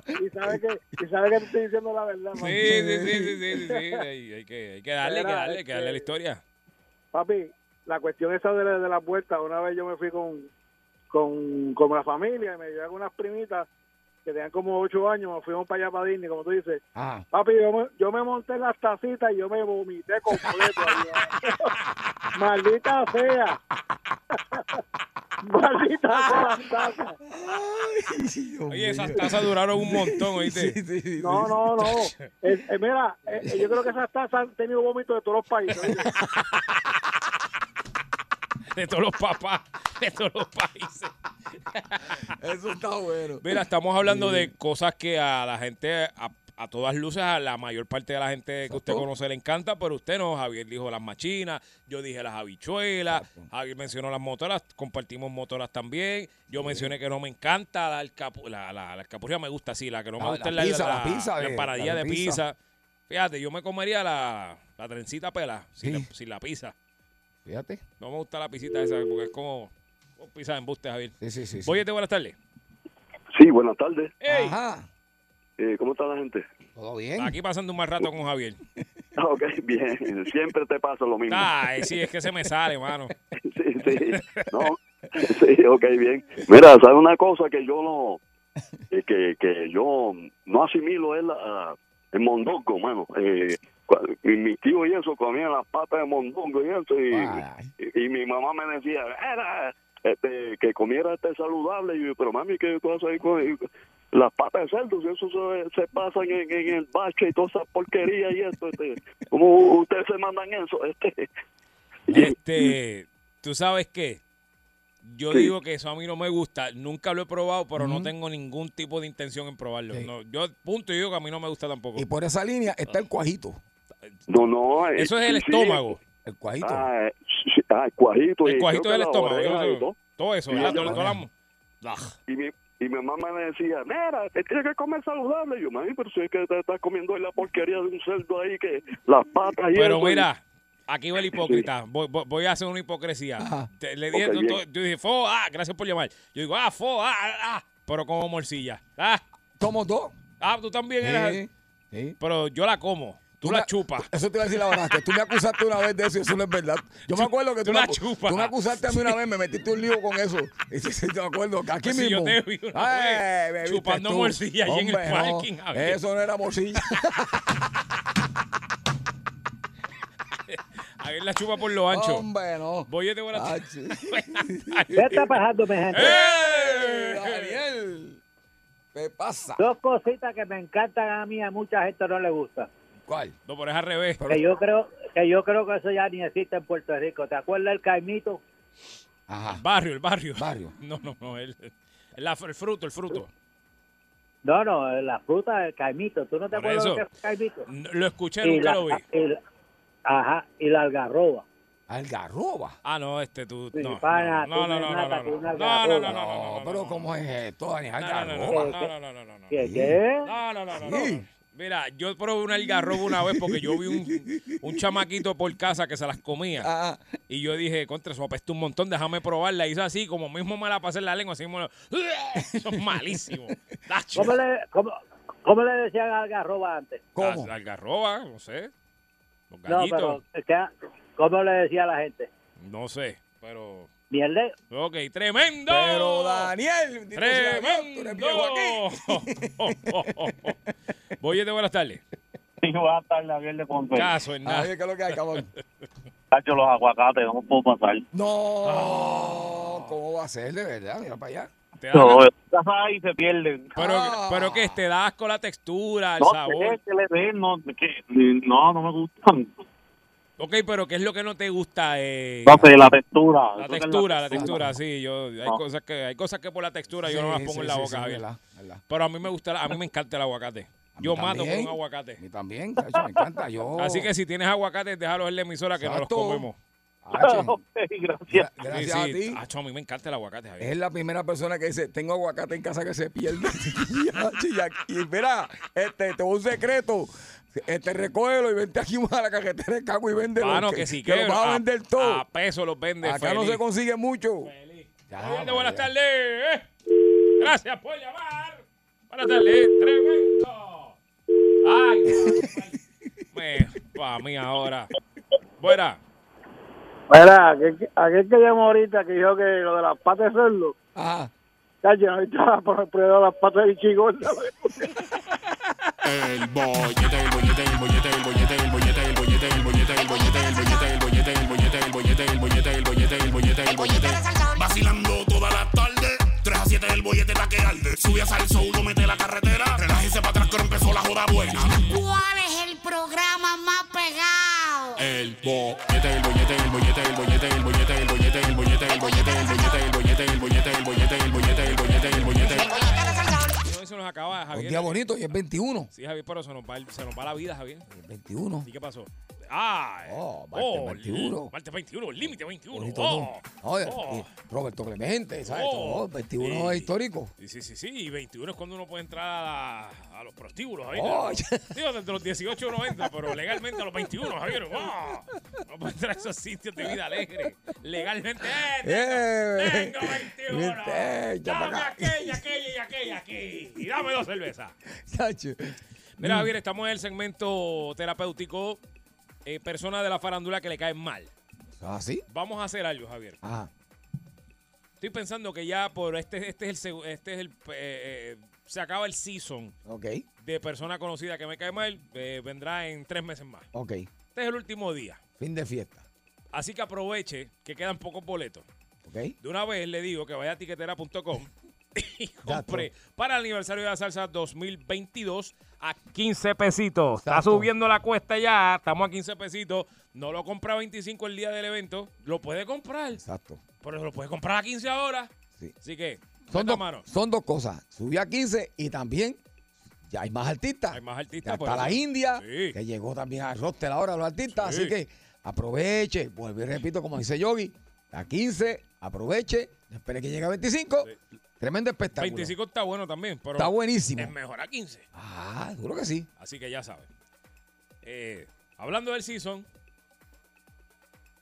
[SPEAKER 7] y sabes que, y sabe que te estoy diciendo la verdad,
[SPEAKER 5] Sí,
[SPEAKER 7] papi.
[SPEAKER 5] sí, sí, sí, sí, sí, sí, Hay, hay que, hay que darle, hay que
[SPEAKER 7] Era,
[SPEAKER 5] darle, hay que darle a la
[SPEAKER 7] este,
[SPEAKER 5] historia.
[SPEAKER 7] Papi, la cuestión esa de, la- de las vueltas, una vez yo me fui con, con, con la familia y me llevé con unas primitas que tenían como ocho años, nos fuimos para allá para Disney, como tú dices.
[SPEAKER 3] Ah,
[SPEAKER 7] Papi, yo me, yo me monté en las tacitas y yo me vomité completo. ahí. Maldita sea. Maldita sea las tazas.
[SPEAKER 5] Oye, esas tazas duraron un montón, ¿oíste?
[SPEAKER 7] No, no, no. Eh, eh, mira, eh, eh, yo creo que esas tazas han tenido vómitos de todos los países. oye.
[SPEAKER 5] De todos los papás, de todos los países.
[SPEAKER 3] eso está bueno.
[SPEAKER 5] Mira, estamos hablando de cosas que a la gente, a, a todas luces, a la mayor parte de la gente que usted conoce le encanta, pero usted no. Javier dijo las machinas, yo dije las habichuelas, Javier mencionó las motoras, compartimos motoras también. Yo mencioné que no me encanta la, alcapu- la, la, la alcapurria me gusta, sí, la que no me
[SPEAKER 3] La-
[SPEAKER 5] gusta
[SPEAKER 3] la
[SPEAKER 5] es
[SPEAKER 3] pizza, la pizza de-
[SPEAKER 5] empanadilla
[SPEAKER 3] la
[SPEAKER 5] de
[SPEAKER 3] de
[SPEAKER 5] pizza.
[SPEAKER 3] pizza.
[SPEAKER 5] Fíjate, yo me comería la, la trencita pela sin,
[SPEAKER 3] Sí.
[SPEAKER 5] la, sin la pizza.
[SPEAKER 3] Fíjate.
[SPEAKER 5] No me gusta la pisita esa porque es como, como pizza de embuste, Javier.
[SPEAKER 3] Sí, sí, sí. sí.
[SPEAKER 5] Oye, buenas tardes.
[SPEAKER 7] Sí, buenas tardes.
[SPEAKER 5] ¡Ey!
[SPEAKER 3] Ajá.
[SPEAKER 7] Eh, ¿Cómo está la gente?
[SPEAKER 3] Todo bien.
[SPEAKER 5] Aquí pasando un mal rato con Javier.
[SPEAKER 7] Ok, bien. Siempre te pasa lo mismo.
[SPEAKER 5] Ay, sí, es que se me sale, mano.
[SPEAKER 7] Sí, sí. No. Sí, ok, bien. Mira, ¿sabes una cosa que yo no. eh, que, que yo no asimilo es la- el mondongo, mano. Eh, cua- y mis tíos y eso comían las patas de mondongo y eso. Y,
[SPEAKER 3] Ay.
[SPEAKER 7] y, y mi mamá me decía, era este, que comiera este saludable. Y yo, pero mami, ¿qué tú haces ahí con las patas de cerdo? Si eso se, se pasan en, en el bache y todas esas porquerías y esto. Este, ¿Cómo ustedes se mandan eso? Este,
[SPEAKER 5] Este, ¿tú sabes qué? Yo
[SPEAKER 7] Sí.
[SPEAKER 5] digo que eso a mí no me gusta. Nunca lo he probado, pero no tengo ningún tipo de intención en probarlo.
[SPEAKER 3] Sí.
[SPEAKER 5] No, yo, punto, yo digo que a mí no me gusta tampoco.
[SPEAKER 3] Y por esa línea está el cuajito.
[SPEAKER 7] No, no. eh,
[SPEAKER 5] Eso es el
[SPEAKER 7] sí,
[SPEAKER 5] estómago.
[SPEAKER 3] El cuajito.
[SPEAKER 7] Ah, eh, sí, ah, el cuajito.
[SPEAKER 5] El
[SPEAKER 7] y
[SPEAKER 5] cuajito
[SPEAKER 7] creo
[SPEAKER 5] del
[SPEAKER 7] que la
[SPEAKER 5] estómago. yo
[SPEAKER 7] oreja
[SPEAKER 5] no sé.
[SPEAKER 7] y todo.
[SPEAKER 5] todo eso,
[SPEAKER 7] Sí, Ah,
[SPEAKER 5] ¿verdad?
[SPEAKER 7] la
[SPEAKER 5] Todo- toda la-
[SPEAKER 7] Y mi, y mi mamá me decía, mira, te tienes que comer saludable. Y yo, mami, pero si es que te estás comiendo ahí la porquería de un cerdo ahí, que las patas y
[SPEAKER 5] Pero
[SPEAKER 7] eso".
[SPEAKER 5] mira, aquí va el hipócrita. Voy, voy- voy a hacer una hipocresía. Te- le dije,
[SPEAKER 7] Ok,
[SPEAKER 5] to-
[SPEAKER 7] bien.
[SPEAKER 5] to- yo dije, fo, ah, gracias por llamar. Yo digo, ah, fo, ah, ah, ah, pero como morcilla. Ah,
[SPEAKER 3] Somos dos.
[SPEAKER 5] ah, tú también eras.
[SPEAKER 3] Sí, sí.
[SPEAKER 5] Pero yo la como, tú la
[SPEAKER 3] me-
[SPEAKER 5] chupas.
[SPEAKER 3] Eso te iba a decir la verdad, que tú me acusaste una vez de eso y eso no es verdad. Yo me acuerdo que tú,
[SPEAKER 5] tú
[SPEAKER 3] me,
[SPEAKER 5] la
[SPEAKER 3] acu-
[SPEAKER 5] chupas.
[SPEAKER 3] tú me acusaste a mí una vez, me metiste un lío con eso. Y sí, sí, yo me acuerdo que aquí
[SPEAKER 5] Pues si yo
[SPEAKER 3] mismo.
[SPEAKER 5] te vi una vez
[SPEAKER 3] me viste
[SPEAKER 5] chupando
[SPEAKER 3] tú.
[SPEAKER 5] morcilla allí en el
[SPEAKER 3] Hombre, no,
[SPEAKER 5] parking, Javier.
[SPEAKER 3] eso no era morcilla.
[SPEAKER 5] A ver, la chupa por
[SPEAKER 3] Oh,
[SPEAKER 5] lo ancho.
[SPEAKER 3] Hombre, no.
[SPEAKER 5] Voy de buenas
[SPEAKER 3] Ah,
[SPEAKER 5] tardes.
[SPEAKER 3] sí.
[SPEAKER 5] Ay,
[SPEAKER 8] ¿Qué está pasando, mi gente?
[SPEAKER 5] ¡Eh!
[SPEAKER 3] Daniel, ¿qué pasa?
[SPEAKER 8] Dos cositas que me encantan a mí, a mucha gente no le gusta.
[SPEAKER 3] ¿Cuál?
[SPEAKER 5] No, pero es al revés.
[SPEAKER 8] Que yo creo que yo creo que eso ya ni existe en Puerto Rico. ¿Te acuerdas del caimito?
[SPEAKER 3] Ajá.
[SPEAKER 5] Barrio, el barrio.
[SPEAKER 3] Barrio.
[SPEAKER 5] No, no, no. El, el, la- el fruto, el fruto.
[SPEAKER 8] No, no, la fruta del caimito. ¿Tú no te
[SPEAKER 5] Por
[SPEAKER 8] acuerdas
[SPEAKER 5] eso.
[SPEAKER 8] de qué es caimito?
[SPEAKER 5] N- Lo escuché,
[SPEAKER 8] Y la,
[SPEAKER 5] nunca lo vi.
[SPEAKER 8] y la- ajá, y la algarroba.
[SPEAKER 3] Algarroba.
[SPEAKER 5] Ah, no, este tú.
[SPEAKER 8] Sí,
[SPEAKER 5] No,
[SPEAKER 8] pana,
[SPEAKER 5] no,
[SPEAKER 8] tú
[SPEAKER 5] no,
[SPEAKER 8] me
[SPEAKER 5] no, no,
[SPEAKER 8] matas
[SPEAKER 5] no,
[SPEAKER 8] con una
[SPEAKER 5] no, no, no, no,
[SPEAKER 8] garroba.
[SPEAKER 5] no, no, no,
[SPEAKER 3] pero
[SPEAKER 5] no.
[SPEAKER 3] ¿cómo es esto, Daniel?
[SPEAKER 5] No, no, no,
[SPEAKER 3] Algarroba.
[SPEAKER 5] no, no, no, no, no, no.
[SPEAKER 8] ¿Qué? ¿Qué?
[SPEAKER 5] No, no, no, no,
[SPEAKER 3] Sí.
[SPEAKER 5] no. Mira, yo probé un algarrobo una vez porque yo vi un, un chamaquito por casa que se las comía.
[SPEAKER 3] Ah,
[SPEAKER 5] Y yo dije, contra, eso apesta un montón, déjame probarla. Y hizo así, como mismo me la pasé en la lengua, así mismo. lo- Eso es malísimo. Tacho.
[SPEAKER 8] ¿Cómo le, cómo, cómo le decían algarroba antes?
[SPEAKER 3] ¿Cómo?
[SPEAKER 5] Las- Algarroba, no sé. Los
[SPEAKER 8] No,
[SPEAKER 5] gallitos.
[SPEAKER 8] pero ¿qué- ¿cómo le decía a la gente?
[SPEAKER 5] No sé, pero.
[SPEAKER 8] Mierda.
[SPEAKER 5] Ok, tremendo.
[SPEAKER 3] Pero Daniel, bendito sea Dios, tú eres
[SPEAKER 5] ¡Tremendo!
[SPEAKER 3] viejo aquí.
[SPEAKER 5] Voy de buenas tardes.
[SPEAKER 7] Sí, va a estar la piel de Ponce.
[SPEAKER 5] Caso en
[SPEAKER 3] A
[SPEAKER 5] nada.
[SPEAKER 3] ver, ¿qué es lo que hay, cabrón?
[SPEAKER 7] Cacho, los aguacates, no puedo pasar.
[SPEAKER 5] Ah.
[SPEAKER 3] No, ¿cómo va a ser de verdad? Mira para allá.
[SPEAKER 5] Te da-
[SPEAKER 7] No, estás ahí y se pierden.
[SPEAKER 5] Pero,
[SPEAKER 3] Ah.
[SPEAKER 5] pero que te da asco la textura, el
[SPEAKER 7] No,
[SPEAKER 5] sabor.
[SPEAKER 7] que le den, no, que- no, no me gustan.
[SPEAKER 5] Ok, pero ¿qué es lo que no te gusta? Eh,
[SPEAKER 7] No sé, la textura.
[SPEAKER 5] la
[SPEAKER 7] Creo que es
[SPEAKER 5] textura, la textura, Ah. sí. Yo, hay,
[SPEAKER 7] No.
[SPEAKER 5] cosas que, hay cosas que por la textura yo no las
[SPEAKER 3] Sí,
[SPEAKER 5] pongo
[SPEAKER 3] sí,
[SPEAKER 5] en la
[SPEAKER 3] sí,
[SPEAKER 5] boca,
[SPEAKER 3] sí,
[SPEAKER 5] Javier.
[SPEAKER 3] verdad, verdad.
[SPEAKER 5] Pero a mí me gusta, la- a mí me encanta el aguacate.
[SPEAKER 3] A mí
[SPEAKER 5] Yo mato con
[SPEAKER 3] también.
[SPEAKER 5] un
[SPEAKER 3] A
[SPEAKER 5] aguacate.
[SPEAKER 3] mí también, cacho, me encanta. Yo,
[SPEAKER 5] Así que si tienes aguacate, déjalo en la emisora que no los
[SPEAKER 3] Exacto.
[SPEAKER 5] comemos.
[SPEAKER 3] Hacho,
[SPEAKER 7] Ok, gracias.
[SPEAKER 5] Sí,
[SPEAKER 3] gracias
[SPEAKER 5] sí.
[SPEAKER 3] a ti. Eh,
[SPEAKER 5] Acho, a mí me encanta el aguacate, Javier.
[SPEAKER 3] Es la primera persona que dice, tengo aguacate en casa que se pierde. Hacho, y aquí- y mira, este, te doy un secreto. Este, recógelo y vente aquí a la cajetera de Cago y véndelo.
[SPEAKER 5] Ah, no, que sí,
[SPEAKER 3] que lo vas a vender todo.
[SPEAKER 5] A peso los vende.
[SPEAKER 3] Acá no
[SPEAKER 5] ah, feliz.
[SPEAKER 3] se consigue mucho. Ya,
[SPEAKER 5] Javier, de
[SPEAKER 3] María.
[SPEAKER 5] buenas tardes. ¿eh? Gracias por llamar. Buenas tardes. Tremendo. Ay, para mí ahora. Buena.
[SPEAKER 8] Mira, aquel que llamó ahorita que dijo que lo de las patas de cerdo,
[SPEAKER 5] Ah,
[SPEAKER 3] Ajá.
[SPEAKER 8] calle, ahorita prueba las patas de chigorda.
[SPEAKER 9] El bollete, el bollete, el bollete, el bollete, el bollete, el bollete, el bollete, el bollete, el bollete, el bollete, el bollete, el bollete, el bollete, el bollete, el bollete, el bollete. Vacilando toda la tarde. 3 a 7 el bollete está que arde. Sube a salsa, uno mete la carretera. Relájese para atrás que ahora empezó la joda buena.
[SPEAKER 10] ¿Cuál es el programa más pegado?
[SPEAKER 9] El bollete, el bollete, el bollete, el bollete, el bollete, el bollete, el bollete, el bollete, el bollete, el bollete, el bollete, el bollete, el bollete, el bollete, el bollete.
[SPEAKER 5] No, eso nos acaba,
[SPEAKER 3] Un día
[SPEAKER 5] Javier.
[SPEAKER 3] bonito y es 21.
[SPEAKER 5] Sí, Javier, pero se nos va, el- se nos va la vida, Javier.
[SPEAKER 3] 21.
[SPEAKER 5] ¿Y qué pasó? Ah,
[SPEAKER 3] Oh, martes 21.
[SPEAKER 5] Martes 21, límite 21.
[SPEAKER 3] Bonito,
[SPEAKER 5] oh,
[SPEAKER 3] ¿no? Oye,
[SPEAKER 5] oh.
[SPEAKER 3] y Roberto Clemente, ¿sabes?
[SPEAKER 5] Oh.
[SPEAKER 3] Todo, 21
[SPEAKER 5] Sí.
[SPEAKER 3] es histórico.
[SPEAKER 5] Sí, sí, sí, sí, y 21 es cuando uno puede entrar a, la- a los prostíbulos, Javier.
[SPEAKER 3] Oh,
[SPEAKER 5] Digo, desde los 18 uno entra, pero legalmente a los 21, Javier. ¡Wow! No puede entrar a esos sitios de vida alegre. Legalmente, ¡eh!
[SPEAKER 3] Eh,
[SPEAKER 5] Tengo, tengo 21.
[SPEAKER 3] eh, echa pa'
[SPEAKER 5] Dame
[SPEAKER 3] acá.
[SPEAKER 5] aquella, aquella y aquella aquí. Y dame dos cervezas.
[SPEAKER 3] Chacho.
[SPEAKER 5] Mira, Javier, estamos en el segmento terapéutico. eh, personas de la farándula que le caen mal.
[SPEAKER 3] ¿Ah, sí?
[SPEAKER 5] Vamos a hacer algo, Javier.
[SPEAKER 3] Ajá.
[SPEAKER 5] Estoy pensando que ya por este, este es el segu- este es el eh, eh, se acaba el season
[SPEAKER 3] Ok,
[SPEAKER 5] de persona conocida que me cae mal, eh, vendrá en tres meses más.
[SPEAKER 3] ok.
[SPEAKER 5] Este es el último día.
[SPEAKER 3] Fin de fiesta.
[SPEAKER 5] Así que aproveche que quedan pocos boletos.
[SPEAKER 3] ¿Ok?
[SPEAKER 5] De una vez le digo que vaya a tiquetera.com y compre para el aniversario de la salsa 2022 a 15 pesitos. Está
[SPEAKER 3] Exacto.
[SPEAKER 5] subiendo la cuesta ya, estamos a 15 pesitos. No lo compra a 25 el día del evento, lo puede comprar,
[SPEAKER 3] Exacto.
[SPEAKER 5] pero lo puede comprar a 15 ahora.
[SPEAKER 3] Sí.
[SPEAKER 5] Así que,
[SPEAKER 3] Son
[SPEAKER 5] meta
[SPEAKER 3] dos,
[SPEAKER 5] mano.
[SPEAKER 3] son dos cosas. Subió a 15 y también ya hay más artistas.
[SPEAKER 5] Hay más
[SPEAKER 3] Ya
[SPEAKER 5] artistas. por
[SPEAKER 3] está la
[SPEAKER 5] eso.
[SPEAKER 3] India,
[SPEAKER 5] Sí.
[SPEAKER 3] que llegó también al roster ahora de los artistas.
[SPEAKER 5] Sí.
[SPEAKER 3] Así que aproveche. Vuelvo y repito, como dice Yogi, a 15, aproveche. no Espere que llegue a 25. Tremendo espectáculo.
[SPEAKER 5] 25 está bueno también, pero
[SPEAKER 3] Está buenísimo.
[SPEAKER 5] es mejor a 15.
[SPEAKER 3] Ah, seguro que sí.
[SPEAKER 5] Así que ya saben. Eh, hablando del season,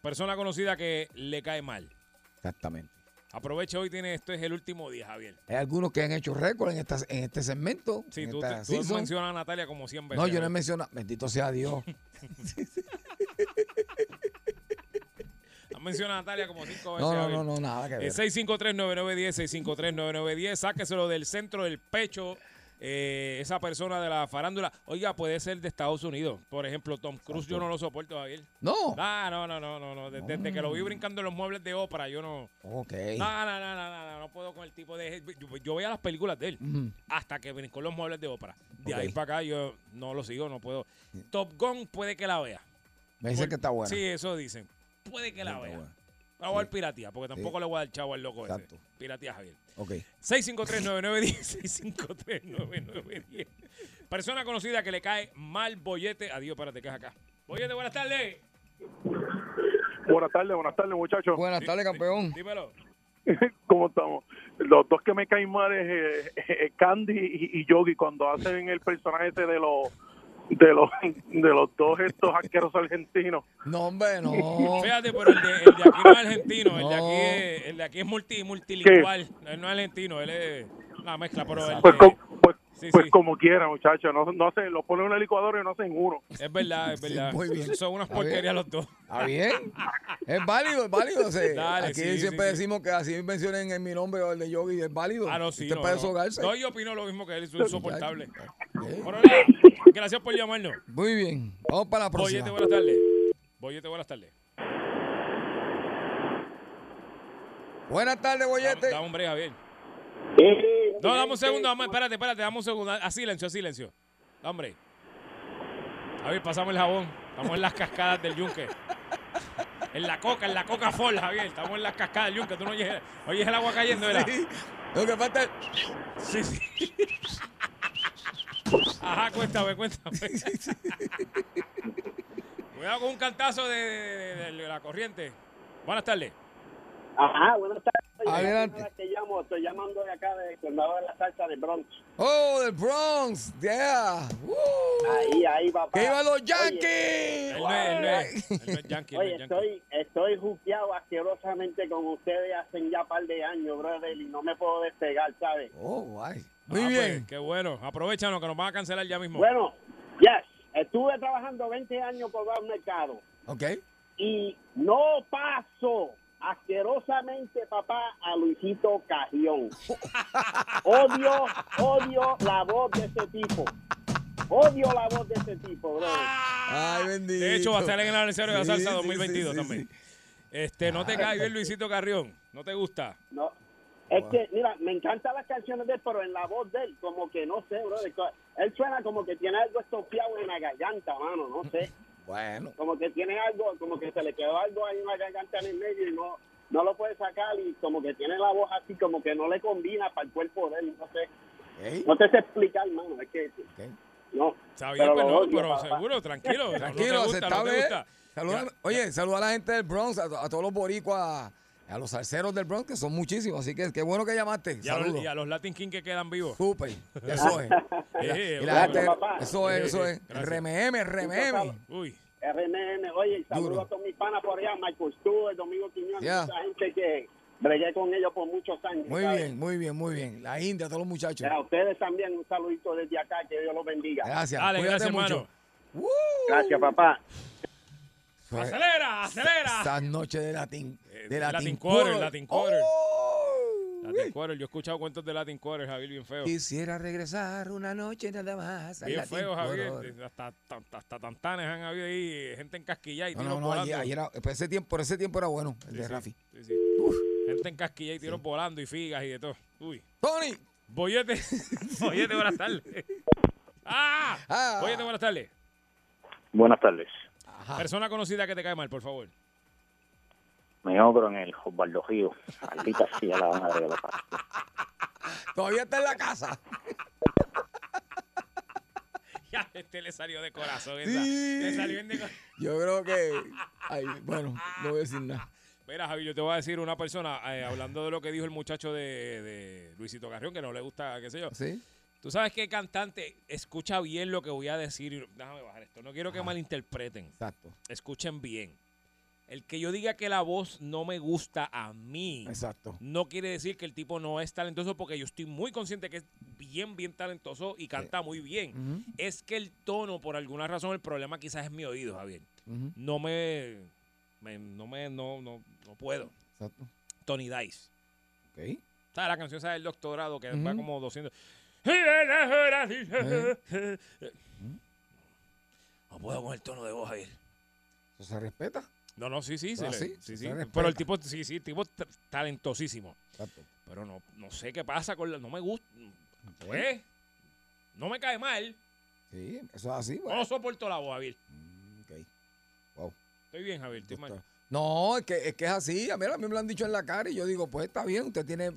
[SPEAKER 5] persona conocida que le cae mal.
[SPEAKER 3] Exactamente.
[SPEAKER 5] Aproveche hoy, tiene esto es el último día, Javier.
[SPEAKER 3] Hay algunos que han hecho récord en, estas- en este segmento.
[SPEAKER 5] Sí,
[SPEAKER 3] en
[SPEAKER 5] tú,
[SPEAKER 3] esta
[SPEAKER 5] tú
[SPEAKER 3] season.
[SPEAKER 5] mencionas a Natalia como 100 veces.
[SPEAKER 3] No, yo no he mencionado. Bendito sea Dios.
[SPEAKER 5] Has mencionado a Natalia como 5 veces.
[SPEAKER 3] No, no,
[SPEAKER 5] Javier.
[SPEAKER 3] no, no, nada que
[SPEAKER 5] Eh,
[SPEAKER 3] ver.
[SPEAKER 5] 653-9910, 653-9910. Sáqueselo del centro del pecho. eh, esa persona de la farándula. Oiga, puede ser de Estados Unidos. Por ejemplo, Tom Cruise, yo no lo soporto, Javier.
[SPEAKER 3] No.
[SPEAKER 5] Ah, no, no, no, no, no. Desde, desde que lo vi brincando en los muebles de ópera, yo no.
[SPEAKER 3] Ok.
[SPEAKER 5] No, no, no, no, no, no, no puedo con el tipo de. Yo, yo veía las películas de él
[SPEAKER 3] Ujú.
[SPEAKER 5] hasta que brincó en los muebles de ópera. De
[SPEAKER 3] Ok.
[SPEAKER 5] ahí para acá yo no lo sigo, no puedo. Top Gun puede que la vea.
[SPEAKER 3] Me dicen que está bueno.
[SPEAKER 5] Sí, eso dicen. Puede que la
[SPEAKER 3] Está
[SPEAKER 5] vea.
[SPEAKER 3] buena.
[SPEAKER 5] La voy a dar piratía, porque tampoco le voy a dar chavo al loco
[SPEAKER 3] Exacto.
[SPEAKER 5] ese. Piratía Javier.
[SPEAKER 3] Ok.
[SPEAKER 5] 653-9910. 653-9910. Persona conocida que le cae mal bollete. Adiós, párate, que es acá. Bollete, buenas tardes.
[SPEAKER 11] Buenas tardes, buenas tardes, muchachos.
[SPEAKER 3] Buenas tardes, campeón.
[SPEAKER 5] Dímelo.
[SPEAKER 11] ¿Cómo estamos? Los dos que me caen mal es eh, eh, Candy y, y Yogi cuando hacen el personaje ese de los de los de los dos estos arqueros argentinos.
[SPEAKER 3] No, hombre, no.
[SPEAKER 5] Fíjate, pero el de, el de aquí no es argentino, el de aquí es, el de aquí es multi, multilingual. Él no es argentino, él es una mezcla, pero él
[SPEAKER 11] Pues,
[SPEAKER 5] es-
[SPEAKER 11] com- pues,
[SPEAKER 5] Sí,
[SPEAKER 11] pues
[SPEAKER 5] sí.
[SPEAKER 11] como quiera, muchachos. No, no se lo ponen en una licuadora y no hacen uno.
[SPEAKER 5] es verdad, es
[SPEAKER 3] Sí,
[SPEAKER 5] verdad.
[SPEAKER 3] muy bien.
[SPEAKER 5] Son unas
[SPEAKER 3] Está bien. Este
[SPEAKER 5] porquerías los dos.
[SPEAKER 3] Está bien. Es válido, es válido. sí.
[SPEAKER 5] Dale,
[SPEAKER 3] Aquí
[SPEAKER 5] sí,
[SPEAKER 3] siempre
[SPEAKER 5] sí, sí.
[SPEAKER 3] decimos que así mencionen en mi nombre o el de Yogi, es válido.
[SPEAKER 5] Ah, no, sí,
[SPEAKER 3] Usted
[SPEAKER 5] no,
[SPEAKER 3] puede
[SPEAKER 5] no.
[SPEAKER 3] sogarse.
[SPEAKER 5] No, yo opino lo mismo que él, es insoportable.
[SPEAKER 3] Bien.
[SPEAKER 5] Bueno, nada, gracias por llamarnos.
[SPEAKER 3] Muy bien. Vamos para la próxima.
[SPEAKER 5] Boyete, buenas tardes. Boyete, buenas tardes.
[SPEAKER 3] Buenas tardes, Boyete.
[SPEAKER 5] Dame un break, Javier.
[SPEAKER 11] Eh,
[SPEAKER 5] No, dame un segundo, dame- espérate, espérate, dame un segundo. A silencio, a silencio. Da un break. Javier, pasamos el jabón. Estamos en las cascadas del yunque. En la coca, en la coca full, Javier. Estamos en las cascadas del yunque. Tú no oyes, oyes el agua cayendo, ¿verdad?
[SPEAKER 3] Sí. Lo que falta es...
[SPEAKER 5] Sí, sí. Ajá, cuéntame, cuéntame. Cuidado con un cantazo de, de- de- de la corriente. Buenas tardes.
[SPEAKER 12] Ajá, buenas tardes. Oye,
[SPEAKER 3] Adelante.
[SPEAKER 12] primera vez que llamo, estoy llamando de acá, de Condado de la Salsa de Bronx.
[SPEAKER 3] Oh, del Bronx. Yeah. Woo.
[SPEAKER 12] Ahí, ahí, papá.
[SPEAKER 3] ¡Que iban los
[SPEAKER 12] Oye,
[SPEAKER 3] Yankees!
[SPEAKER 5] Él no es, él no es, él no es yankee, él no
[SPEAKER 12] Oye,
[SPEAKER 5] es yankee.
[SPEAKER 12] estoy, estoy juqueado asquerosamente con ustedes hace ya par de años, brother, y no me puedo despegar, ¿sabes?
[SPEAKER 3] Oh, guay. Muy
[SPEAKER 5] Ah, pues,
[SPEAKER 3] bien.
[SPEAKER 5] qué bueno. Aprovechanos que nos van a cancelar ya mismo.
[SPEAKER 12] Bueno, yes, estuve trabajando 20 años por un mercado
[SPEAKER 3] Ok.
[SPEAKER 12] y no paso asquerosamente, papá, a Luisito Carrión. Odio, odio la voz de ese tipo. Odio la voz de ese tipo, brother.
[SPEAKER 3] Ay, bendito.
[SPEAKER 5] de hecho, va a estar en el aniversario de la
[SPEAKER 3] Sí,
[SPEAKER 5] salsa
[SPEAKER 3] sí,
[SPEAKER 5] 2022
[SPEAKER 3] sí, sí,
[SPEAKER 5] también.
[SPEAKER 3] sí.
[SPEAKER 5] Este, no te cae bien Luisito Carrión. No te gusta.
[SPEAKER 12] No. Es que, mira, me encantan las canciones de él, pero en la voz de él, como que no sé, bro. de co- Él suena como que tiene algo estofiado en la garganta, mano, no sé.
[SPEAKER 3] Bueno.
[SPEAKER 12] Como que tiene algo, como que se le quedó algo ahí en la garganta en el medio y no, no lo puede sacar y como que tiene la voz así, como que no le combina para el cuerpo de él, no sé.
[SPEAKER 3] ok.
[SPEAKER 12] No te sé explicar, mano, es que... No.
[SPEAKER 5] Está bien,
[SPEAKER 12] lo
[SPEAKER 5] perdón,
[SPEAKER 12] odio,
[SPEAKER 5] pues, pero
[SPEAKER 12] papá.
[SPEAKER 5] seguro, tranquilo. No,
[SPEAKER 3] Tranquilo,
[SPEAKER 5] no te gusta, no te
[SPEAKER 3] aceptable.
[SPEAKER 5] gusta.
[SPEAKER 3] Saluda-
[SPEAKER 5] Ya.
[SPEAKER 3] oye, saluda a la gente del Bronx, a, a todos los boricuas, a los salseros del Bronx, que son muchísimos. Así que qué bueno que llamaste.
[SPEAKER 5] Y a, los,
[SPEAKER 3] Saludos.
[SPEAKER 5] y a los Latin King que quedan vivos.
[SPEAKER 3] Súper. Eso es. Y la-
[SPEAKER 5] Eh,
[SPEAKER 3] y la
[SPEAKER 12] gracias,
[SPEAKER 3] gente-
[SPEAKER 12] papá.
[SPEAKER 3] eso es, eso es.
[SPEAKER 5] Gracias.
[SPEAKER 3] RMM, RMM.
[SPEAKER 5] Uy.
[SPEAKER 12] RMN, oye, y saludo
[SPEAKER 3] Duro.
[SPEAKER 12] a todos mis panas por allá, Michael Stewart, Domingo Quiñones,
[SPEAKER 3] Ya.
[SPEAKER 12] esa gente que bregué con ellos por muchos años.
[SPEAKER 3] Muy
[SPEAKER 12] ¿sabes?
[SPEAKER 3] bien, muy bien, muy bien. La India, todos los muchachos.
[SPEAKER 12] A ustedes también un saludito desde acá, que Dios los bendiga.
[SPEAKER 3] Gracias.
[SPEAKER 5] Dale,
[SPEAKER 3] Cuídate
[SPEAKER 5] gracias,
[SPEAKER 3] mucho.
[SPEAKER 5] hermano.
[SPEAKER 3] ¡Woo!
[SPEAKER 12] Gracias, papá.
[SPEAKER 3] Pues,
[SPEAKER 5] ¡Acelera, acelera!
[SPEAKER 3] Esta noche de Latin.
[SPEAKER 5] Eh,
[SPEAKER 3] De Latin,
[SPEAKER 5] Latin Quarter, Latin Quarter.
[SPEAKER 3] Oh,
[SPEAKER 5] Latin Quarter, yo he escuchado cuentos de Latin Quarter, Javier, bien feo.
[SPEAKER 3] Quisiera regresar una noche nada más. al
[SPEAKER 5] Bien
[SPEAKER 3] Latin
[SPEAKER 5] feo,
[SPEAKER 3] Quarter.
[SPEAKER 5] Javier. Hasta, hasta, hasta tantanes han habido ahí, gente en casquilla y
[SPEAKER 3] No,
[SPEAKER 5] tiros
[SPEAKER 3] no, no,
[SPEAKER 5] volando.
[SPEAKER 3] ayer, ayer era- por, ese tiempo, por ese tiempo era bueno, el de Rafi.
[SPEAKER 5] Sí, sí. Gente en casquilla y tiros volando y figas y de todo. Uy.
[SPEAKER 3] ¡Tony!
[SPEAKER 5] Boyete, boyete, buenas tardes. ¡Ah! Ah.
[SPEAKER 3] Ah.
[SPEAKER 5] Boyete, buenas tardes.
[SPEAKER 11] Buenas tardes.
[SPEAKER 5] Persona conocida que te cae mal, por favor.
[SPEAKER 11] Me ogro en el Osvaldo Gio. Maldita sea la madre de la
[SPEAKER 3] Todavía está en la casa.
[SPEAKER 5] Ya, este le salió de corazón. esa.
[SPEAKER 3] Sí.
[SPEAKER 5] Le salió bien de corazón.
[SPEAKER 3] Yo creo que. ay, bueno, no voy a decir nada.
[SPEAKER 5] Mira, Javi, yo te voy a decir una persona, eh, hablando de lo que dijo el muchacho de, de Luisito Carrión, que no le gusta, qué sé yo.
[SPEAKER 3] ¿Sí?
[SPEAKER 5] Tú sabes que cantante escucha bien lo que voy a decir. Déjame bajar esto. No quiero que malinterpreten.
[SPEAKER 3] Exacto,
[SPEAKER 5] Escuchen bien. El que yo diga que la voz no me gusta a mí,
[SPEAKER 3] exacto.
[SPEAKER 5] no quiere decir que el tipo no es talentoso, porque yo estoy muy consciente que es bien, bien talentoso y canta muy bien.
[SPEAKER 3] Ujú,
[SPEAKER 5] Es que el tono, por alguna razón, el problema quizás es mi oído, Javier.
[SPEAKER 3] ujú,
[SPEAKER 5] No me. me- no me. No, no, no puedo.
[SPEAKER 3] Exacto.
[SPEAKER 5] Tony Dice.
[SPEAKER 3] Ok.
[SPEAKER 5] ¿Sabes? La canción esa del doctorado que va
[SPEAKER 3] Ujú.
[SPEAKER 5] como 200. No puedo con el tono de voz, Javier.
[SPEAKER 3] Eso se respeta.
[SPEAKER 5] No, no, sí, sí. sí,
[SPEAKER 3] Ah,
[SPEAKER 5] le-
[SPEAKER 3] sí,
[SPEAKER 5] sí,
[SPEAKER 3] se
[SPEAKER 5] sí.
[SPEAKER 3] respeta.
[SPEAKER 5] Pero el tipo, sí, sí, el tipo ta- talentosísimo.
[SPEAKER 3] Exacto.
[SPEAKER 5] Pero no, no sé qué pasa con la. No me gusta. ¿Qué? No me cae mal.
[SPEAKER 3] Sí, eso es así.
[SPEAKER 5] No
[SPEAKER 3] Bueno.
[SPEAKER 5] soporto la voz, Javier.
[SPEAKER 3] Mm, ok. Wow.
[SPEAKER 5] Estoy bien, Javier. Estoy mal.
[SPEAKER 3] Está- No, es que, es que es así. A mí, a mí me lo han dicho en la cara y yo digo, pues está bien, usted tiene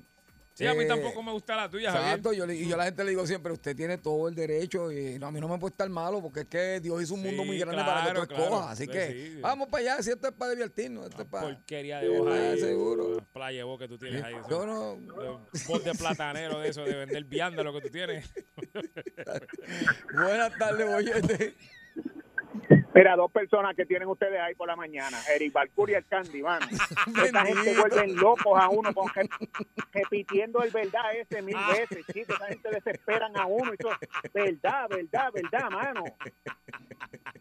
[SPEAKER 5] Sí, a mí
[SPEAKER 3] Eh,
[SPEAKER 5] tampoco me gusta la tuya, Javier.
[SPEAKER 3] Exacto, yo, le- y yo a la gente le digo siempre, usted tiene todo el derecho y no, a mí no me puede estar malo porque es que Dios hizo un mundo
[SPEAKER 5] Sí,
[SPEAKER 3] muy grande para que
[SPEAKER 5] claro,
[SPEAKER 3] tú
[SPEAKER 5] claro.
[SPEAKER 3] escojas. Así
[SPEAKER 5] Sí,
[SPEAKER 3] que
[SPEAKER 5] sí. Ah,
[SPEAKER 3] vamos para allá, si esto es para divertirnos, esto es para...
[SPEAKER 5] Porquería de hoja ahí.
[SPEAKER 3] seguro.
[SPEAKER 5] Playa de voz que tú tienes ahí. eso.
[SPEAKER 3] Yo no...
[SPEAKER 5] Eh, Voz de platanero de eso, de vender vianda lo que tú tienes.
[SPEAKER 3] Buenas tardes, bollete.
[SPEAKER 12] Mira, dos personas que tienen ustedes ahí por la mañana, Eric Balcour y el Candy, mano. Esta gente
[SPEAKER 3] Bendito.
[SPEAKER 12] vuelven locos a uno con- repitiendo el verdad ese mil veces, chicos. Esa gente desesperan a uno. y Eso, verdad, verdad, verdad, mano.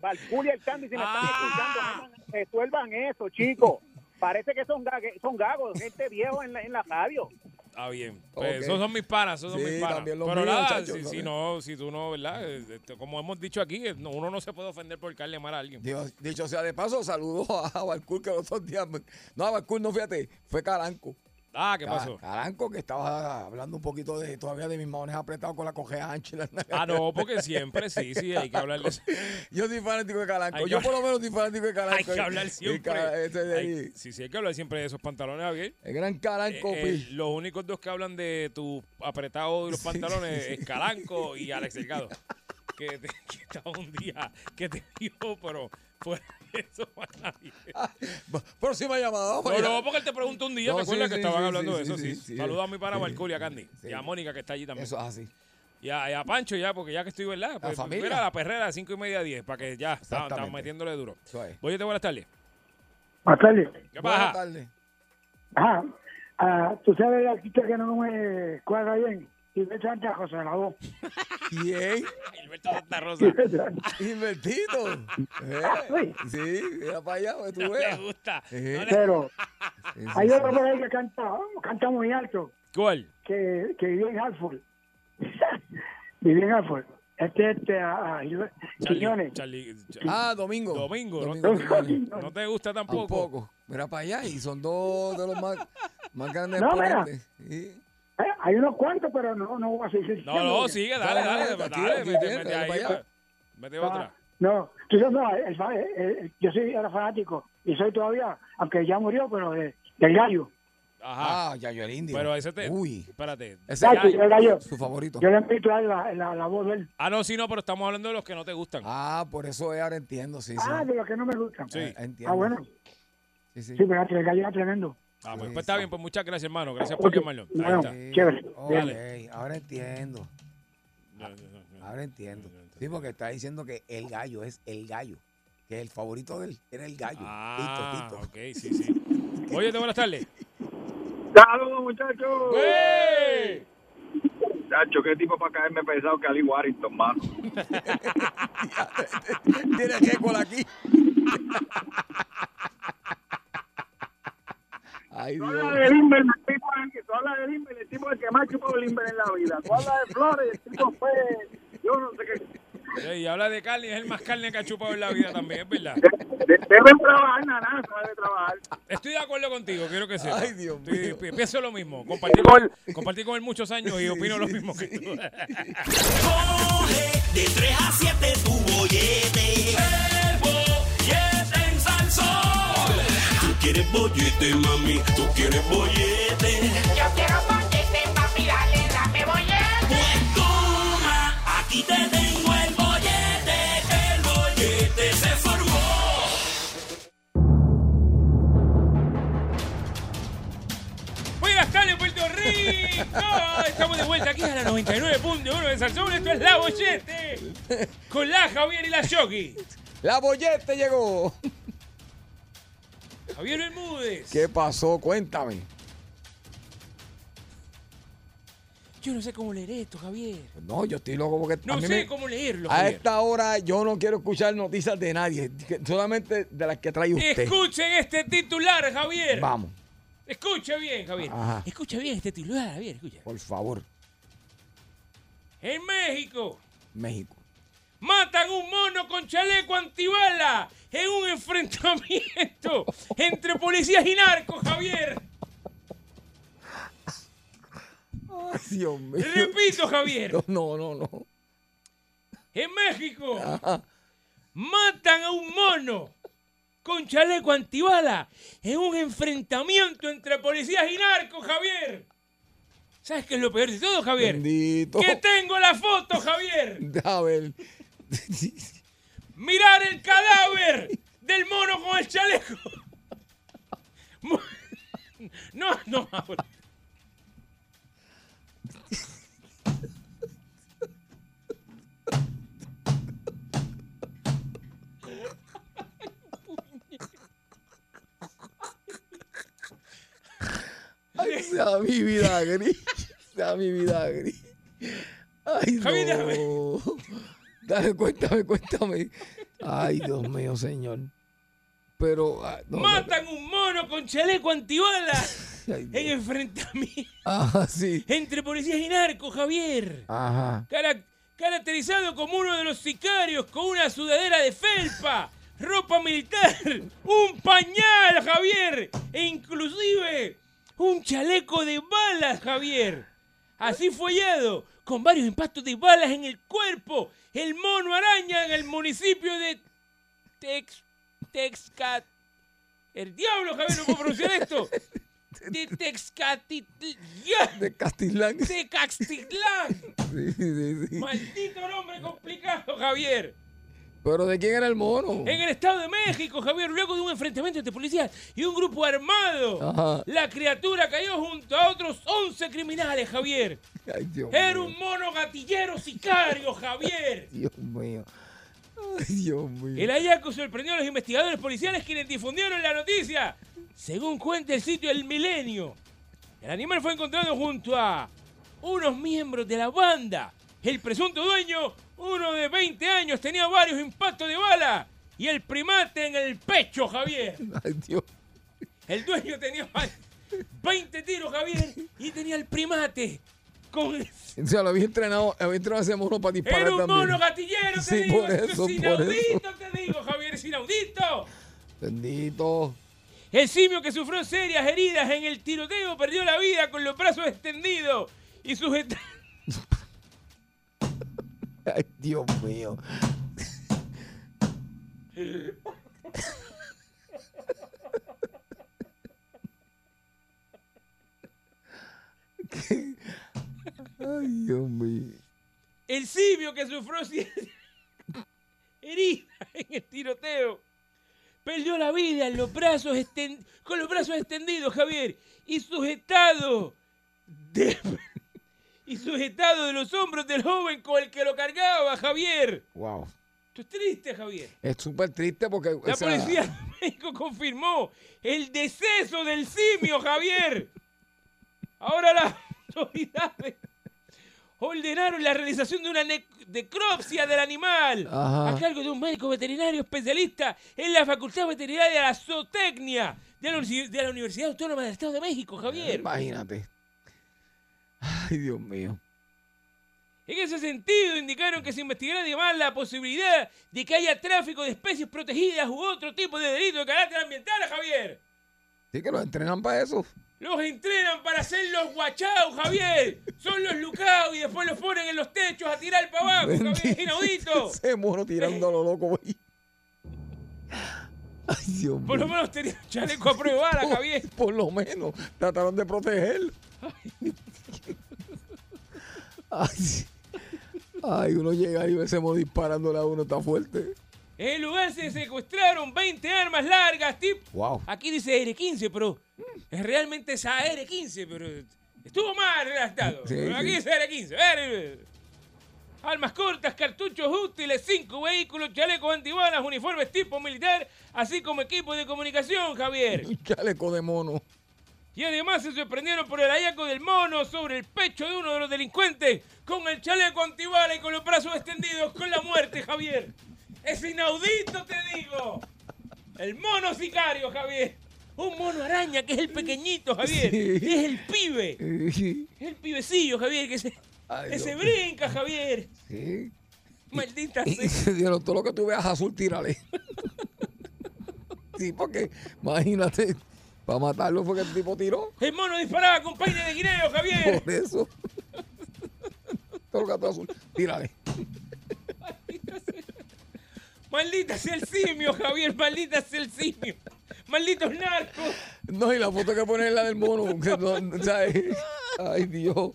[SPEAKER 12] Balcour y el Candy, si me están
[SPEAKER 5] Ah.
[SPEAKER 12] escuchando, mano, resuelvan eso, chicos. Parece que son, gague- son gagos, gente vieja en la, en la radio.
[SPEAKER 5] Está bien.
[SPEAKER 3] Ok.
[SPEAKER 5] Pues, Esos son mis panas, esos son
[SPEAKER 3] Sí,
[SPEAKER 5] mis panas.
[SPEAKER 3] también los
[SPEAKER 5] Pero
[SPEAKER 3] míos,
[SPEAKER 5] nada,
[SPEAKER 3] chacho,
[SPEAKER 5] si, si
[SPEAKER 3] también.
[SPEAKER 5] no, si tú no, ¿verdad? Eh, este, como hemos dicho aquí, eh, no- uno no se puede ofender por caerle mal a alguien.
[SPEAKER 3] Dios, dicho sea de paso, saludos a Balcún que los otros días... me- No, a Balcún no, fíjate, fue Caranco.
[SPEAKER 5] Ah, ¿qué pasó?
[SPEAKER 3] Caranco que estaba hablando un poquito de todavía de mis maones apretados con la cojea ancha. y la nalga.
[SPEAKER 5] Ah, no, porque siempre sí, sí, hay que hablar de eso.
[SPEAKER 3] Yo soy fanático de Caranco.
[SPEAKER 5] Hay que
[SPEAKER 3] Yo
[SPEAKER 5] hablar-
[SPEAKER 3] por lo menos soy fanático de Caranco.
[SPEAKER 5] Hay que
[SPEAKER 3] Y-
[SPEAKER 5] hablar
[SPEAKER 3] y
[SPEAKER 5] siempre.
[SPEAKER 3] Ca- ese de
[SPEAKER 5] Hay-
[SPEAKER 3] ahí.
[SPEAKER 5] sí, sí, hay que hablar siempre de esos pantalones, Javier.
[SPEAKER 3] El gran
[SPEAKER 5] Eh,
[SPEAKER 3] Caranco,
[SPEAKER 5] eh,
[SPEAKER 3] pi.
[SPEAKER 5] los únicos dos que hablan de tu apretado de los pantalones es Calanco y Alex Delgado. Que, te- que estaba un día que te dijo, pero fuera de eso para nadie.
[SPEAKER 3] Próxima llamada. vamos
[SPEAKER 5] No,
[SPEAKER 3] allá.
[SPEAKER 5] no, porque él te preguntó un día,
[SPEAKER 3] No,
[SPEAKER 5] ¿te
[SPEAKER 3] sí,
[SPEAKER 5] acuerdas que
[SPEAKER 3] sí,
[SPEAKER 5] estaban
[SPEAKER 3] sí,
[SPEAKER 5] hablando
[SPEAKER 3] sí,
[SPEAKER 5] de
[SPEAKER 3] sí,
[SPEAKER 5] eso? Sí,
[SPEAKER 3] sí, sí.
[SPEAKER 5] Saludos a mi pana
[SPEAKER 3] Sí,
[SPEAKER 5] Marculia, Candy.
[SPEAKER 3] sí.
[SPEAKER 5] Y a Mónica, que está allí también.
[SPEAKER 3] Eso es así.
[SPEAKER 5] Y a, y a Pancho ya, porque ya que estoy, ¿verdad? Pues,
[SPEAKER 3] familia.
[SPEAKER 5] mira, la perrera de 5 y media a 10, para que ya estamos
[SPEAKER 3] Exactamente.
[SPEAKER 5] metiéndole duro.
[SPEAKER 3] Eso es.
[SPEAKER 5] Oye, te buenas tardes.
[SPEAKER 13] Marcelo,
[SPEAKER 5] ¿Qué
[SPEAKER 3] Buenas
[SPEAKER 5] pasa?
[SPEAKER 3] tardes.
[SPEAKER 13] ajá, ah, tú sabes el artista que no me cuadra bien, Silvestre Santa Rosa, la voz.
[SPEAKER 3] ¿Quién?
[SPEAKER 5] Gilberto Santa Rosa.
[SPEAKER 13] Silvestre Santa-
[SPEAKER 3] Invertido. Eh, sí, mira para allá, para que tú
[SPEAKER 5] No le
[SPEAKER 3] veas.
[SPEAKER 5] gusta.
[SPEAKER 3] Eh,
[SPEAKER 5] No le-
[SPEAKER 13] Pero
[SPEAKER 3] sí, sí,
[SPEAKER 13] hay
[SPEAKER 3] sí.
[SPEAKER 13] otro por ahí que canta, canta muy alto,
[SPEAKER 5] ¿Cuál?
[SPEAKER 13] que, que vive en Hartford. vive en Hartford. Este, este, a, a Gilbe-
[SPEAKER 5] Charlie,
[SPEAKER 13] Quiñones.
[SPEAKER 5] Charlie, Charlie-
[SPEAKER 3] Ah, domingo.
[SPEAKER 5] Domingo,
[SPEAKER 3] Domingo.
[SPEAKER 5] Ah, ¿no? ¿No te gusta tampoco?
[SPEAKER 3] Tampoco. Mira para allá y son dos de los más, más grandes
[SPEAKER 13] No, mira.
[SPEAKER 3] exponentes. Sí.
[SPEAKER 13] Eh, Hay unos cuantos, pero no, no voy a seguir.
[SPEAKER 5] No, no, sigue, dale,
[SPEAKER 3] Dale,
[SPEAKER 5] dale,
[SPEAKER 3] dale,
[SPEAKER 5] dale,
[SPEAKER 3] tranquilo, tranquilo,
[SPEAKER 5] mete, mete
[SPEAKER 3] dale
[SPEAKER 5] ahí,
[SPEAKER 3] para allá.
[SPEAKER 5] mete otra.
[SPEAKER 13] No, tú sabes, no, el fa- el- el- yo soy era fanático y soy todavía, aunque ya murió, pero de, del gallo.
[SPEAKER 5] Ajá.
[SPEAKER 3] Ah, Yayo el Indio.
[SPEAKER 5] Pero ese te.
[SPEAKER 3] Uy.
[SPEAKER 5] Espérate.
[SPEAKER 3] Ese
[SPEAKER 13] Gallo,
[SPEAKER 3] es
[SPEAKER 13] el gallo.
[SPEAKER 3] su favorito.
[SPEAKER 13] Yo le he visto la, la, la voz de él.
[SPEAKER 5] Ah, no, sí, no, pero estamos hablando de los que no te gustan.
[SPEAKER 3] Ah, por eso es, ahora entiendo, sí, sí.
[SPEAKER 13] Ah, de los que no me gustan.
[SPEAKER 5] Sí.
[SPEAKER 3] Ah, entiendo.
[SPEAKER 13] Ah, bueno.
[SPEAKER 3] Sí, sí.
[SPEAKER 13] Sí, pero el gallo era tremendo.
[SPEAKER 5] Ah, pues,
[SPEAKER 3] sí,
[SPEAKER 5] pues está bien, pues muchas gracias, hermano. Gracias por
[SPEAKER 13] Ok,
[SPEAKER 5] llamarlo. Ahí
[SPEAKER 13] bueno.
[SPEAKER 5] está.
[SPEAKER 3] Sí,
[SPEAKER 13] Chévere.
[SPEAKER 3] ok,
[SPEAKER 5] Dale.
[SPEAKER 3] ahora entiendo. Ahora entiendo. Sí, porque está diciendo que el gallo es el gallo. Que el favorito de él era el gallo. Tito,
[SPEAKER 5] Ah,
[SPEAKER 3] Tito.
[SPEAKER 5] ok, sí, sí. Oye, te buenas tardes.
[SPEAKER 12] ¡Saludos, muchachos!
[SPEAKER 5] ¡Wey!
[SPEAKER 12] Chacho, qué tipo para caerme pesado que Ali Warrington, mano.
[SPEAKER 3] Tiene que cola aquí. Ay,
[SPEAKER 12] Tú
[SPEAKER 3] Dios.
[SPEAKER 12] hablas de Limber, el tipo es el que, tú hablas de Limber, el tipo es el que más chupó Limber en la vida. Tú hablas de Flores, el tipo fue, yo no sé qué.
[SPEAKER 5] Ey, Y habla de carne, es el más carne que ha chupado en la vida también, es verdad.
[SPEAKER 12] De- deben trabajar, naná, no deben trabajar.
[SPEAKER 5] Estoy de acuerdo contigo, quiero que sepas.
[SPEAKER 3] Ay, Dios
[SPEAKER 5] Estoy-
[SPEAKER 3] mío.
[SPEAKER 5] pi- Pienso lo mismo. Compartí con, compartí con él muchos años y opino lo mismo que tú.
[SPEAKER 2] Coge de 3 a 7 tu bollete. El bollete en Salsón. Tú quieres bollete, mami. Tú quieres bollete.
[SPEAKER 10] Yo quiero bollete, papi, dale, dame bollete.
[SPEAKER 2] Pues toma, aquí te tengo el bollete. El bollete se formó.
[SPEAKER 5] Buenas tardes, Puerto Rico. Estamos de vuelta aquí a la 99.1 de Salsón. Esto es La Bollete. Con la Javier y la Shoki.
[SPEAKER 3] La bollete llegó.
[SPEAKER 5] Javier Bermúdez.
[SPEAKER 3] ¿Qué pasó? Cuéntame.
[SPEAKER 5] Yo no sé cómo leer esto, Javier.
[SPEAKER 3] No, yo estoy loco porque a
[SPEAKER 5] No
[SPEAKER 3] mí
[SPEAKER 5] sé
[SPEAKER 3] me- Ah,
[SPEAKER 5] cómo leerlo,
[SPEAKER 3] A
[SPEAKER 5] Javier.
[SPEAKER 3] esta hora yo no quiero escuchar noticias de nadie, que- solamente de las que trae usted.
[SPEAKER 5] Escuchen este titular, Javier.
[SPEAKER 3] Vamos,
[SPEAKER 5] Escucha bien, Javier.
[SPEAKER 3] Ajá.
[SPEAKER 5] Escucha bien este titular, Javier. Escucha.
[SPEAKER 3] por favor,
[SPEAKER 5] En México
[SPEAKER 3] México.
[SPEAKER 5] matan un mono con chaleco antibala en un enfrentamiento entre policías y narcos, Javier.
[SPEAKER 3] Ay, Dios mío.
[SPEAKER 5] Repito, Javier.
[SPEAKER 3] No, no, no.
[SPEAKER 5] En México
[SPEAKER 3] Ajá.
[SPEAKER 5] matan a un mono con chaleco antibala en un enfrentamiento entre policías y narcos, Javier.
[SPEAKER 6] ¿Sabes qué es lo peor de todo, Javier?
[SPEAKER 14] Bendito.
[SPEAKER 6] ¡Que tengo la foto, Javier!
[SPEAKER 14] A ver.
[SPEAKER 6] ¡Mirar el cadáver del mono con el chaleco! Mu- No, no, ahora.
[SPEAKER 3] Ay, sea mi vida gris. Sea mi vida gris. Ay,
[SPEAKER 6] Javi, déjame.
[SPEAKER 3] no. Dale, cuéntame, cuéntame. Ay, Dios mío, señor. Pero, ah, no, no,
[SPEAKER 6] ¡Matan un mono con chaleco antibalas! En enfrentamiento
[SPEAKER 3] ah, sí.
[SPEAKER 6] entre policías y narcos, Javier.
[SPEAKER 3] Ajá.
[SPEAKER 6] Cara- caracterizado como uno de los sicarios con una sudadera de felpa, ropa militar, un pañal, Javier, e inclusive un chaleco de balas, Javier. Así fue hallado, con varios impactos de balas en el cuerpo, el mono araña en el municipio de Tex, Texcat. El diablo, Javier, no puedo pronunciar esto. De Texcatitlán.
[SPEAKER 3] De Castilán. Sí,
[SPEAKER 6] De Caxtitlán.
[SPEAKER 3] sí, sí.
[SPEAKER 6] Maldito nombre complicado, Javier.
[SPEAKER 3] Pero, ¿de quién era el mono?
[SPEAKER 6] En el Estado de México, Javier, luego de un enfrentamiento entre policías y un grupo armado,
[SPEAKER 3] Ajá.
[SPEAKER 6] la criatura cayó junto a otros 11 criminales, Javier.
[SPEAKER 3] Ay, Dios
[SPEAKER 6] Era
[SPEAKER 3] mío.
[SPEAKER 6] un mono gatillero sicario, Javier.
[SPEAKER 3] Dios mío. Ay, Dios mío.
[SPEAKER 6] El hallazgo sorprendió a los investigadores policiales quienes difundieron la noticia. Según cuenta el sitio El Milenio, el animal fue encontrado junto a unos miembros de la banda. El presunto dueño, uno de 20 años, tenía varios impactos de bala y el primate en el pecho, Javier.
[SPEAKER 3] Ay, Dios.
[SPEAKER 6] El dueño tenía va- 20 tiros, Javier, y tenía el primate con...
[SPEAKER 3] O sea, lo había entrenado, había entrenado a ese mono para disparar
[SPEAKER 6] Era un
[SPEAKER 3] también.
[SPEAKER 6] mono gatillero, te
[SPEAKER 3] Sí,
[SPEAKER 6] digo.
[SPEAKER 3] por
[SPEAKER 6] esto
[SPEAKER 3] eso,
[SPEAKER 6] es
[SPEAKER 3] por eso.
[SPEAKER 6] inaudito, te digo, Javier, es inaudito.
[SPEAKER 3] Bendito.
[SPEAKER 6] El simio que sufrió serias heridas en el tiroteo perdió la vida con los brazos extendidos y sujetado.
[SPEAKER 3] Ay, Dios mío. ¿Qué? Ay, Dios mío.
[SPEAKER 6] El simio que sufrió siete heridas en el tiroteo perdió la vida en los brazos exten- con los brazos extendidos, Javier, y sujetado de y sujetado de los hombros del joven con el que lo cargaba, Javier.
[SPEAKER 3] Wow.
[SPEAKER 6] Esto es triste, Javier.
[SPEAKER 3] Es súper triste porque. o
[SPEAKER 6] La
[SPEAKER 3] sea,
[SPEAKER 6] policía de México confirmó el deceso del simio, Javier. Ahora las autoridades ordenaron la realización de una ne- necropsia del animal
[SPEAKER 3] Ajá.
[SPEAKER 6] a cargo de un médico veterinario especialista en la Facultad Veterinaria de la Zootecnia de la, Univers- de la Universidad Autónoma del Estado de México, Javier.
[SPEAKER 3] Imagínate. Ay, Dios mío.
[SPEAKER 6] En ese sentido, indicaron que se investigará además la posibilidad de que haya tráfico de especies protegidas u otro tipo de delito de carácter ambiental, Javier.
[SPEAKER 3] Sí, que lo entrenan para eso.
[SPEAKER 6] Los entrenan para hacer los guachau, Javier. Son los lucao y después los ponen en los techos a tirar para abajo, Javier. Ah, Es inaudito.
[SPEAKER 3] Ese mono tirando a lo loco, güey. Ay, Dios mío.
[SPEAKER 6] Por lo menos tenía un chaleco a prueba de bala, Javier.
[SPEAKER 3] Por lo menos trataron de protegerlo. Ay, sí. Ay, uno llega y ve ese mono disparándole a uno, está fuerte.
[SPEAKER 6] En el lugar se secuestraron 20 armas largas, tip.
[SPEAKER 3] Wow.
[SPEAKER 6] Aquí dice R15, pero es realmente esa R15, pero estuvo mal redactado.
[SPEAKER 3] Sí,
[SPEAKER 6] pero aquí
[SPEAKER 3] sí.
[SPEAKER 6] dice R15. R. Armas cortas, cartuchos útiles, cinco vehículos, chalecos antibalas, uniformes tipo militar, así como equipo de comunicación, Javier.
[SPEAKER 3] Un chaleco de mono.
[SPEAKER 6] Y además se sorprendieron por el hallazgo del mono sobre el pecho de uno de los delincuentes, con el chaleco antibala y con los brazos extendidos, con la muerte, Javier. Es inaudito, te digo. El mono sicario, Javier. Un mono araña que es el pequeñito, Javier.
[SPEAKER 3] Sí.
[SPEAKER 6] Es el pibe.
[SPEAKER 3] Sí.
[SPEAKER 6] Es el pibecillo, Javier, que se,
[SPEAKER 3] Ay,
[SPEAKER 6] que se
[SPEAKER 3] Dios.
[SPEAKER 6] brinca, Javier.
[SPEAKER 3] Sí.
[SPEAKER 6] Maldita
[SPEAKER 3] Y
[SPEAKER 6] sea.
[SPEAKER 3] se dieron todo lo que tú veas azul, tírale. Sí, porque imagínate, para matarlo fue que el tipo tiró.
[SPEAKER 6] El mono disparaba con peine de guineo, Javier.
[SPEAKER 3] Por eso. Todo lo que tú azul, tírale.
[SPEAKER 6] Maldita sea el simio, Javier. Maldita sea el simio. Malditos narcos.
[SPEAKER 3] No, y la foto que pone es la del mono, porque no, no, ¿sabes? Ay, Dios.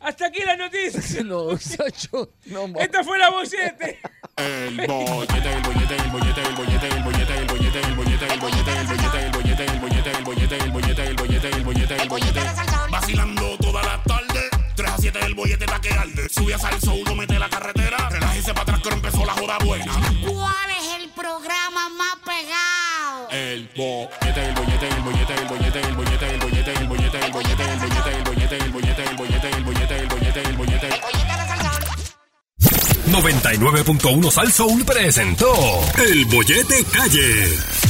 [SPEAKER 6] Hasta aquí la noticia.
[SPEAKER 3] No, Sacho, no
[SPEAKER 5] Este
[SPEAKER 3] más.
[SPEAKER 6] Esta fue la bollete.
[SPEAKER 9] El bollete, el bollete, el bollete, el bollete, el bollete, el bollete, el bollete, el bollete, el bollete, el bollete, el bollete, el bollete, el bollete, el bollete, el bollete, el bollete. Vacilando toda la tarde. 3 a 7 el bollete está que arde. Sube a salsa, uno mete la carretera. Relájese para atrás que ahora empezó la joda buena.
[SPEAKER 10] ¿Cuál es el programa más pegado?
[SPEAKER 9] El bollete, el bollete, el bollete, el bollete, el bollete, el bollete, el bollete, el bollete, el bollete, el bollete, el bollete, el bollete, el bollete, el bollete, el bollete.
[SPEAKER 2] 99.1 Sal Soul presentó El Bollete Calle.